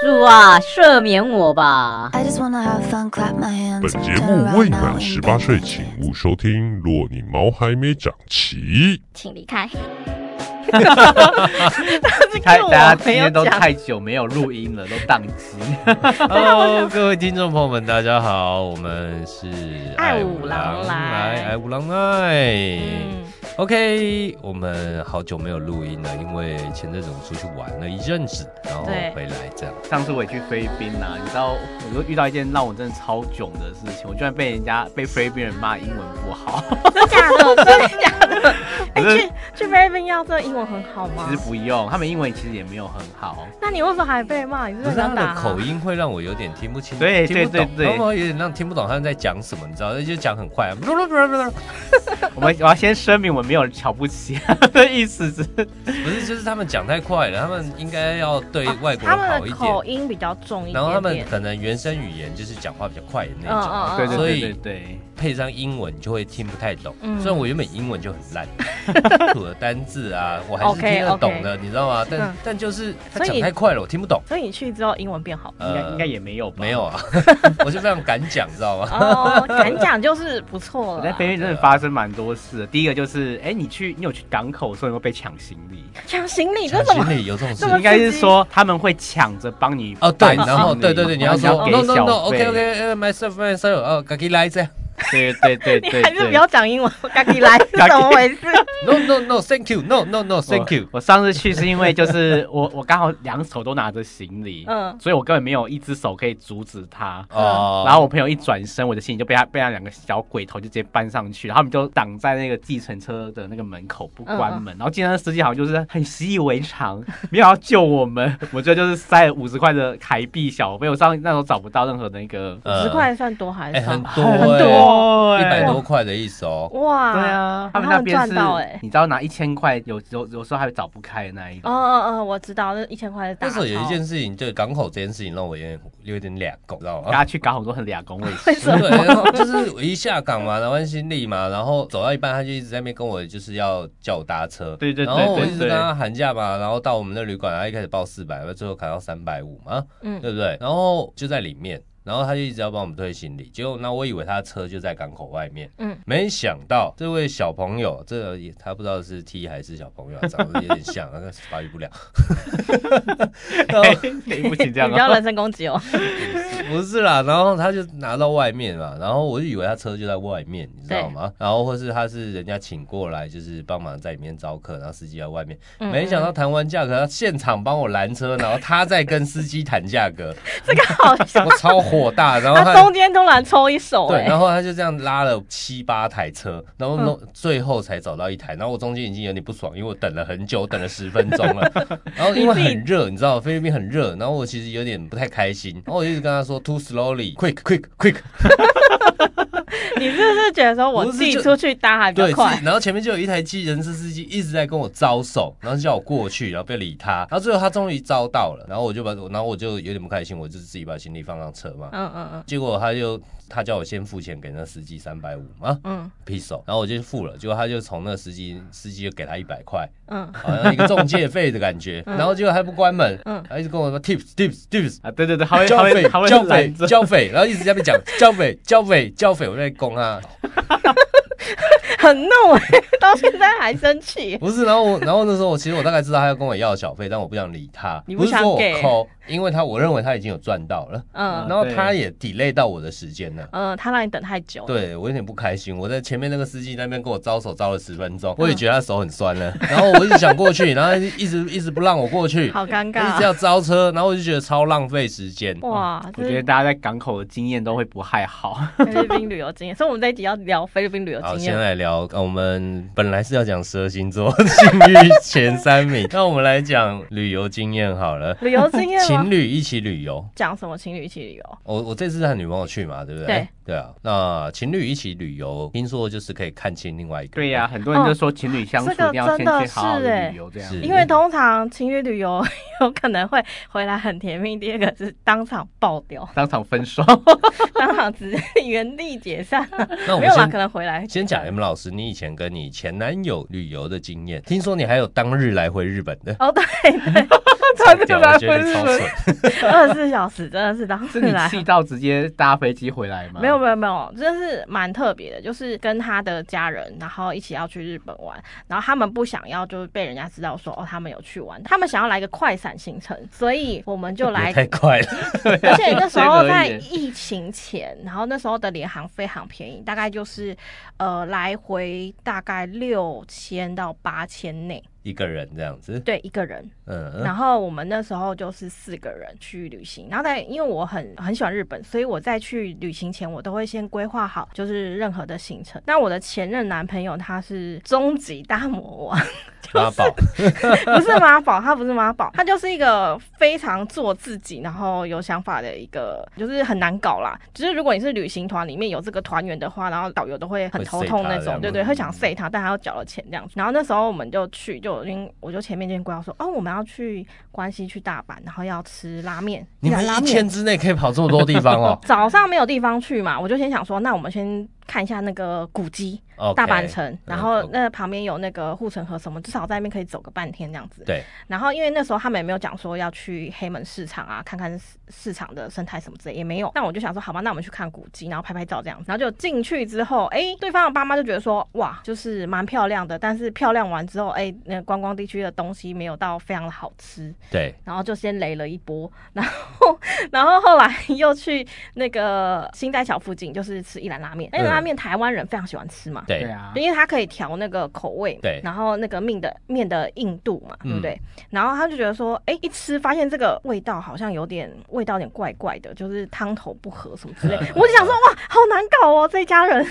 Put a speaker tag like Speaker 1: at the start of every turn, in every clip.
Speaker 1: 主啊，赦免我吧！
Speaker 2: I just wanna have fun, clap my hands.
Speaker 3: 本节目未满十八岁，请勿收听。若你毛还没长齐，
Speaker 4: 请离开。
Speaker 5: 太
Speaker 4: 我
Speaker 5: 大家
Speaker 4: 没
Speaker 5: 今
Speaker 4: 有
Speaker 5: 天都
Speaker 4: 讲啊
Speaker 5: 太久没有录音了，都宕 机。
Speaker 6: Hello，各位听众朋友们，大家好，我们是
Speaker 4: 爱五郎来
Speaker 6: 爱五郎来。
Speaker 4: 嗯，
Speaker 6: OK，我们好久没有录音了，因为前阵子我们出去玩了一阵子，然后
Speaker 4: 对
Speaker 6: 回来这样。
Speaker 5: 上次我也去菲律宾啦、你知道，我就遇到一件让我真的超囧的事情，我居然被人家被菲律宾人骂英文不好，
Speaker 4: 真 假的，真的假的？
Speaker 5: 我
Speaker 4: 哎，
Speaker 5: 是
Speaker 4: 去去菲律宾要这英文很好吗
Speaker 5: 其实？不用，他们英文其实也没有很好。
Speaker 4: 那你为什么还被骂？你是
Speaker 6: 不
Speaker 4: 不
Speaker 6: 是
Speaker 4: 是
Speaker 6: 他
Speaker 4: 想
Speaker 6: 们
Speaker 4: 打
Speaker 6: 的
Speaker 4: 啊
Speaker 6: 口？音会让我有点听不清，
Speaker 5: 对
Speaker 6: 听不懂
Speaker 5: 对对对
Speaker 6: 他们有点让听不懂他们在讲什么，你知道，就讲很快、啊，
Speaker 5: 我们我要先声明，我没有瞧不起 的意思是，
Speaker 6: 不是就是他们讲太快了，他们应该要对
Speaker 4: 哦
Speaker 6: 外国
Speaker 4: 他
Speaker 6: 人
Speaker 4: 们
Speaker 6: 好
Speaker 4: 的
Speaker 6: 一
Speaker 4: 口
Speaker 6: 点，
Speaker 4: 音比较重一点点，
Speaker 6: 然后他们可能原生语言就是讲话比较快的那种，
Speaker 4: 嗯
Speaker 5: 对对
Speaker 6: 所
Speaker 5: 对
Speaker 6: 以
Speaker 5: 对对，
Speaker 6: 配上英文就会听不太懂。
Speaker 4: 嗯
Speaker 6: 虽然我原本英文就很 烂，我的单字啊，我还是
Speaker 4: OK，
Speaker 6: 听得
Speaker 4: OK
Speaker 6: 懂的，你知道吗？但、
Speaker 4: 嗯
Speaker 6: 但就是他
Speaker 4: 所
Speaker 6: 讲
Speaker 4: 以
Speaker 6: 太快了，我听不懂。呃
Speaker 4: 所以你去之后英文 变好。
Speaker 5: 应该应该也没有吧？
Speaker 6: 没有。啊，我就非常敢讲，知道吗？
Speaker 4: 哦，敢讲就是不错
Speaker 5: 我
Speaker 4: 了
Speaker 5: 在
Speaker 4: 啦。
Speaker 5: 菲律宾真的发生蛮多事的。第一个就是，哎、你去你有去港口的时候有没有被抢行李？
Speaker 4: 抢行李这
Speaker 6: 抢
Speaker 4: 怎么
Speaker 6: 行？李有这种事
Speaker 4: 这。么
Speaker 5: 应该是说他们会抢着帮你
Speaker 6: 哦，
Speaker 5: 搬
Speaker 6: 对，
Speaker 5: 行李
Speaker 6: 然后对对对，你
Speaker 5: 然
Speaker 6: 要说哦
Speaker 5: 后哦给
Speaker 6: no no
Speaker 5: 小
Speaker 6: no
Speaker 5: 费
Speaker 6: OK OK uh, myself myself 哦，赶紧来这样
Speaker 5: 对对 对对
Speaker 4: 你
Speaker 5: 对，
Speaker 4: 还是不要讲英文，赶紧来，是怎么回事？
Speaker 6: no no no thank you no no no thank you
Speaker 5: 我。我上次去是因为就是我我刚好两手都拿着行李，
Speaker 4: 嗯
Speaker 5: 所以我根本没有一只手可以阻止他。
Speaker 6: 哦，
Speaker 5: 然后我朋友一转身，我的行李就被他被他两个小鬼头就直接搬上去，然后他们就挡在那个计程车的那个门口不
Speaker 4: 嗯
Speaker 5: 关门，然后计程车司机好像就是很习以为常，没有要救我们， 我觉得就是塞了五十块的台币小费，我上那时候找不到任何那个
Speaker 6: 呃
Speaker 4: 十块算多还
Speaker 6: 哎
Speaker 4: 是少
Speaker 6: 很？多哎，
Speaker 5: 多
Speaker 6: 一
Speaker 5: 欸
Speaker 6: 百多块的一手。
Speaker 4: 哇，
Speaker 5: 对，啊，他
Speaker 4: 他们
Speaker 5: 们那边
Speaker 4: 赚
Speaker 5: 是
Speaker 4: 到欸，
Speaker 5: 你知道拿一千块，有有有时候还找不开的那一
Speaker 4: 哦
Speaker 5: 种。
Speaker 4: 哦哦，我知道，那一千块的大
Speaker 6: 那时
Speaker 4: 钞。
Speaker 6: 候有一件事情，对港口这件事情让我有点有点两公，知道吗
Speaker 5: 大？家去搞很多很俩工 位，
Speaker 6: 对，然
Speaker 4: 哦
Speaker 6: 后 就是我一下港嘛，拿完行李嘛，然后走到一半，他就一直在那边跟我就是要叫我搭车，
Speaker 5: 对对对
Speaker 6: 然后我
Speaker 5: 对
Speaker 6: 一直
Speaker 5: 对
Speaker 6: 跟他喊价嘛，然后到我们的旅馆，他一开始报四百，最后砍到三百五嘛，
Speaker 4: 嗯
Speaker 6: 对不对？然后就在里面，然后他就一直要帮我们推行李，结果那我以为他的车就在港口外面，
Speaker 4: 嗯
Speaker 6: 没想到这位小朋友，这个也他不知道是 T 还是小朋友，啊长得有点像，但是发育不了，然后
Speaker 5: 对不行这样
Speaker 4: 哦你不要
Speaker 5: 啊。
Speaker 4: 人身攻 击哦。
Speaker 6: 不是啦，然后他就拿到外面嘛，然后我就以为他车就在外面，你知道吗？然后或是他是人家请过来，就是帮忙在里面招客，然后司机在外面。
Speaker 4: 嗯
Speaker 6: 没想到谈完价格，他现场帮我拦车，然后他在跟司机谈价 格，
Speaker 4: 这个好笑，
Speaker 6: 我超火大。然后
Speaker 4: 他
Speaker 6: 他
Speaker 4: 中间突然抽一手，
Speaker 6: 对，
Speaker 4: 哎，嗯
Speaker 6: 然后他就这样拉了七八台车，然后弄、最后才找到一台，然后我中间已经有点不爽，因为我等了很久，等了十分钟 了，然后因为很热，你知道菲律宾很热，然后我其实有点不太开心，然后我就一直跟他说 too slowly，quick quick quick，
Speaker 4: 哎你是不是觉得说我
Speaker 6: 不是
Speaker 4: 自己
Speaker 6: 就
Speaker 4: 出去搭还比较
Speaker 6: 对，
Speaker 4: 快
Speaker 6: 是？然后前面就有一台计程车司机一直在跟我招手，然后叫我过去，然后不要理他，然后最后他终于招到了，然后我就把，然后我就有点不开心，我就自己把行李放上车嘛，
Speaker 4: 嗯嗯嗯
Speaker 6: 结果他就他叫我先付钱给那司机三百五嘛。
Speaker 4: 嗯
Speaker 6: p i s o 然后我就付了，结果他就从那个司机司机就给他一百块，
Speaker 4: 嗯，
Speaker 6: 好像一个中介费的感 觉，然后结果他不关门，
Speaker 4: 嗯
Speaker 6: 他一直跟我说 tips tips tips。
Speaker 5: 啊，对对对，他会他
Speaker 6: 交
Speaker 5: 会
Speaker 6: 费
Speaker 5: 他会
Speaker 6: 交费
Speaker 5: 拦着，
Speaker 6: 交费，然后一直在那边讲交费交费交费，我在啊攻他，
Speaker 4: 很怒哎，到现在还 生气。
Speaker 6: 不是，然后我然后那时候我其实我大概知道他要跟我要小费，但我不想理他，
Speaker 4: 你不
Speaker 6: 不是
Speaker 4: 想
Speaker 6: 说我
Speaker 4: 给
Speaker 6: 抠，因为他我认为他已经有赚到了，
Speaker 4: 嗯
Speaker 5: 啊
Speaker 6: 然后
Speaker 5: 对
Speaker 6: 他也 delay 到我的时间了。
Speaker 4: 嗯，他让你等太久。
Speaker 6: 对我有点不开心，我在前面那个司机那边跟我招手招了十分
Speaker 4: 啊
Speaker 6: 钟，我也觉得他手很酸 了，然后我一直想过去，然后他一直一直不让我过去，
Speaker 4: 好尴
Speaker 6: 他一
Speaker 4: 尬
Speaker 6: 直要招车，然后我就觉得超浪费时间。
Speaker 4: 哇，
Speaker 5: 我
Speaker 4: 这
Speaker 5: 觉得
Speaker 4: 是
Speaker 5: 大家在港口的经验都会不太好。
Speaker 4: 菲律宾旅游经验，所以我们这一集要聊菲律宾旅游
Speaker 6: 好，
Speaker 4: 经
Speaker 6: 先
Speaker 4: 验。
Speaker 6: 来聊，呃我们本来是要讲十二星座幸运前三 名，那我们来讲旅游经验好了。
Speaker 4: 旅游经验吗
Speaker 6: 情？侣一起旅游，
Speaker 4: 讲什么情侣一起旅游？
Speaker 6: 我我这次是和女朋友去嘛，对不对？
Speaker 4: 对
Speaker 6: 啊，那情侣一起旅游，听说就是可以看清另外一个。
Speaker 5: 对呀、，很多人就说情侣相处
Speaker 4: 哦这个
Speaker 5: 一定要先
Speaker 4: 真的
Speaker 5: 去好好
Speaker 4: 是欸
Speaker 5: 的旅游这样。
Speaker 6: 是
Speaker 4: 因为通常情侣旅游有可能会回来很甜蜜，第二个是当场爆 掉，
Speaker 5: 当场分 手，
Speaker 4: 当场直接原地解散，
Speaker 6: 那我
Speaker 4: 没
Speaker 6: 们
Speaker 4: 有啦，
Speaker 6: 先
Speaker 4: 可能回来
Speaker 6: 先讲 M 老师，你以前跟
Speaker 4: 哦
Speaker 6: 你前男友旅游的经验，听说你还有当日来回日本的，
Speaker 4: 哦，对对，他
Speaker 6: 屌
Speaker 4: 就
Speaker 6: 我
Speaker 4: 来
Speaker 6: 觉得
Speaker 4: 分
Speaker 6: 你超
Speaker 4: 数
Speaker 6: 蠢，。
Speaker 4: 二十四小时真的是当
Speaker 5: 是
Speaker 4: 时
Speaker 5: 你
Speaker 4: 来。
Speaker 5: 气到直接搭飞机回来吗？
Speaker 4: 没有没有没有，真的是蛮特别的，就是跟他的家人，然后一起要去日本玩，然后他们不想要就是被人家知道说哦他们有去玩，他们想要来一个快闪行程，所以我们就 来
Speaker 6: 也太快了，
Speaker 4: 而且那时
Speaker 5: 一
Speaker 4: 候
Speaker 5: 天而
Speaker 4: 在
Speaker 5: 已耶
Speaker 4: 疫情前，然后那时候的联航非常便宜，大概就是呃来回大概六千到八千内，
Speaker 6: 一个人这样子，
Speaker 4: 对一个人。
Speaker 6: 嗯，
Speaker 4: 然后我们那时候就是四个人去旅行，然后在因为我很很喜欢日本，所以我在去旅行前，我都会先规划好就是任何的行程。那我的前任男朋友他是终极大魔王，
Speaker 6: 妈宝，
Speaker 4: 不是妈宝，他不是妈宝，他就是一个非常做自己，然后有想法的一个，就是很难搞啦。就是如果你是旅行团里面有这个团员的话，然后导游都会很头痛那
Speaker 6: 会 say 他这样
Speaker 4: 种，
Speaker 6: 吗
Speaker 4: 对对，会想 say 他，但他要缴了钱这样子。然后那时候我们就去，就已经我就前面就规划说，哦，我们要去关西去大阪，然后要吃拉面，
Speaker 6: 你们
Speaker 4: 一兰拉
Speaker 6: 一
Speaker 4: 面。。
Speaker 6: 天之内可以跑这么多地方哦
Speaker 4: 早上没有地方去嘛，我就先想说，那我们先看一下那个古迹
Speaker 6: 哦 OK，
Speaker 4: 大阪城，然后
Speaker 6: 嗯
Speaker 4: 那旁边有那个护城河什么，至少在那边可以走个半天这样子。
Speaker 6: 对，
Speaker 4: 然后因为那时候他们也没有讲说要去黑门市场啊，看看市市场的生态什么之类，也没有。那我就想说，好吧，那我们去看古迹，然后拍拍照这样子。然后就进去之后，哎，对方的爸妈就觉得说，哇，就是蛮漂亮的，但是漂亮完之后，哎，那观光地区的东西没有到非常的好吃，
Speaker 6: 对，
Speaker 4: 然后就先雷了一波，然后 然后后来又去那个新代桥附近，就是吃一兰拉面。那个拉面台湾人非常喜欢吃嘛，
Speaker 6: 对，
Speaker 5: 对啊，
Speaker 4: 因为它可以调那个口味，
Speaker 6: 对
Speaker 4: 然后那个面的面的硬度嘛，
Speaker 6: 嗯
Speaker 4: 对不对？然后他就觉得说，哎，一吃发现这个味道好像有点味道有点怪怪的，就是汤头不合什么 之类。我就想说，哇，好难搞哦，这一家人。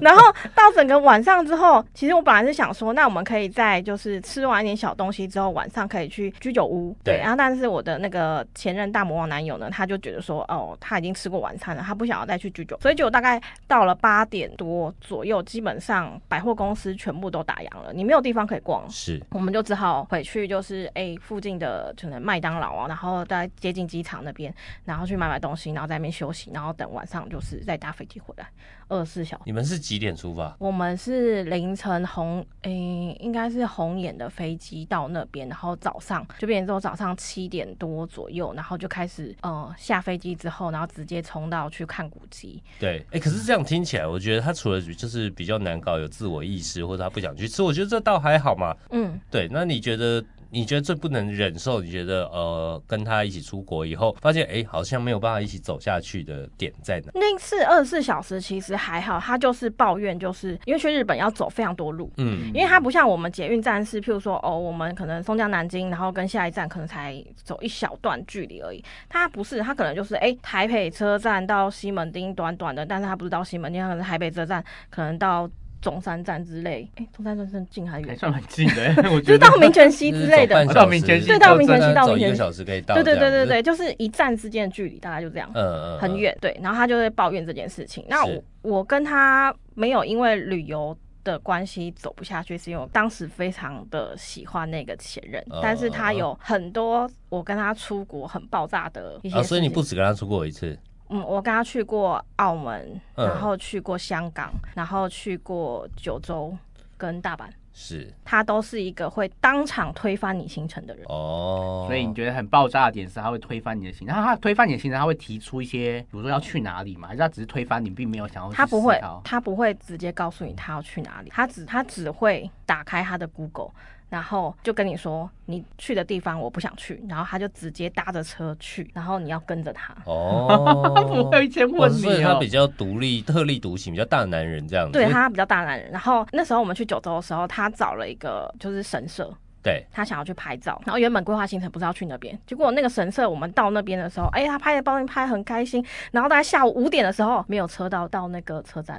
Speaker 4: 然后到整个晚上之后，其实我本来是想说，那我们可以在就是吃完一点小东西之后，晚上可以去居酒屋。
Speaker 6: 对
Speaker 4: 然后但是我的那个前任大魔王男友呢，他就觉得说，哦，他已经吃过晚餐了，他不想要再去居酒，所以就大概到了八点多左右，基本上百货公司全部都打烊了，你没有地方可以逛。
Speaker 6: 是
Speaker 4: 我们就只好回去，就是哎、附近的可能麦当劳啊，然后在接近机场那边，然后去买买东西，然后在那边休息，然后等晚上就是再搭飞机回来，二十四小时。
Speaker 6: 你们是几点出发？
Speaker 4: 我们是凌晨红，诶、应该是红眼的飞机到那边，然后早上就变成说早上七点多左右，然后就开始，呃，下飞机之后，然后直接冲到去看古迹。
Speaker 6: 对，哎、可是这样听起来，我觉得他除了就是比较难搞，有自我意识，或者他不想去吃，我觉得这倒还好嘛。
Speaker 4: 嗯，
Speaker 6: 对，那你觉得？你觉得最不能忍受？你觉得呃，跟他一起出国以后，发现哎、好像没有办法一起走下去的点在哪？
Speaker 4: 那次二十四小时其实还好，他就是抱怨，就是因为去日本要走非常多路。
Speaker 6: 嗯，
Speaker 4: 因为它不像我们捷运站是，譬如说哦，我们可能松江南京，然后跟下一站可能才走一小段距离而已。它不是，它可能就是哎、台北车站到西门町短短的，但是它不是到西门町，它可能是台北车站，可能到中山站之类。哎、中山站是近还是
Speaker 5: 还
Speaker 4: 远？
Speaker 5: 算蛮近 的，我
Speaker 4: 就
Speaker 5: 觉得
Speaker 4: 是到民权西之类
Speaker 6: 哎就是走半小
Speaker 4: 的。
Speaker 6: 时
Speaker 5: 到民权西
Speaker 4: 对到民权西
Speaker 6: 就
Speaker 4: 到
Speaker 6: 走
Speaker 4: 民
Speaker 6: 一
Speaker 4: 权
Speaker 6: 个
Speaker 4: 西
Speaker 6: 小时可以到。
Speaker 4: 对对对对
Speaker 6: 这样
Speaker 4: 对，就是一站之间的距离大概就这样。
Speaker 6: 子，嗯嗯，嗯
Speaker 4: 很。远，对，然后他就会抱怨这件事情。那
Speaker 6: 是
Speaker 4: 我我跟他没有因为旅游的关系走不下去，是因为我当时非常的喜欢那个前任，
Speaker 6: 哦
Speaker 4: 但是他有很多我跟他出国很爆炸的一些、
Speaker 6: 啊，所以你不，止跟他出过一次，
Speaker 4: 嗯，我跟他去过澳门，
Speaker 6: 嗯
Speaker 4: 然后去过香港，然后去过九州跟大阪，
Speaker 6: 是
Speaker 4: 他都是一个会当场推翻你行程的人。
Speaker 6: 哦，
Speaker 5: 所以你觉得很爆炸的点是，他会推翻你的行程，然后他推翻你的行程，他会提出一些，比如说要去哪里嘛，还是他只是推翻你，并没有想要去
Speaker 4: 他不会
Speaker 5: 思
Speaker 6: 哦
Speaker 5: 考，
Speaker 4: 他不会直接告诉你他要去哪里，他只他只会打开他的 Google，然后就跟你说你去的地方我不想去，然后他就直接搭着车去，然后你要跟着他。
Speaker 6: 哦，
Speaker 5: 他不会先
Speaker 6: 哦
Speaker 5: 问
Speaker 6: 所以
Speaker 5: 你
Speaker 6: 他
Speaker 5: 哦
Speaker 6: 比。较独立、特立独行，比较大男人这样子。
Speaker 4: 对他比较大男人，然后那时候我们去九州的时候，他找了一个就是神社，
Speaker 6: 对
Speaker 4: 他想要去拍照，然后原本规划行程不是要去那边，结果那个神社我们到那边的时候，哎、他拍的帮你拍很开心，然后大概下午五点的时候没有车到到那个车站，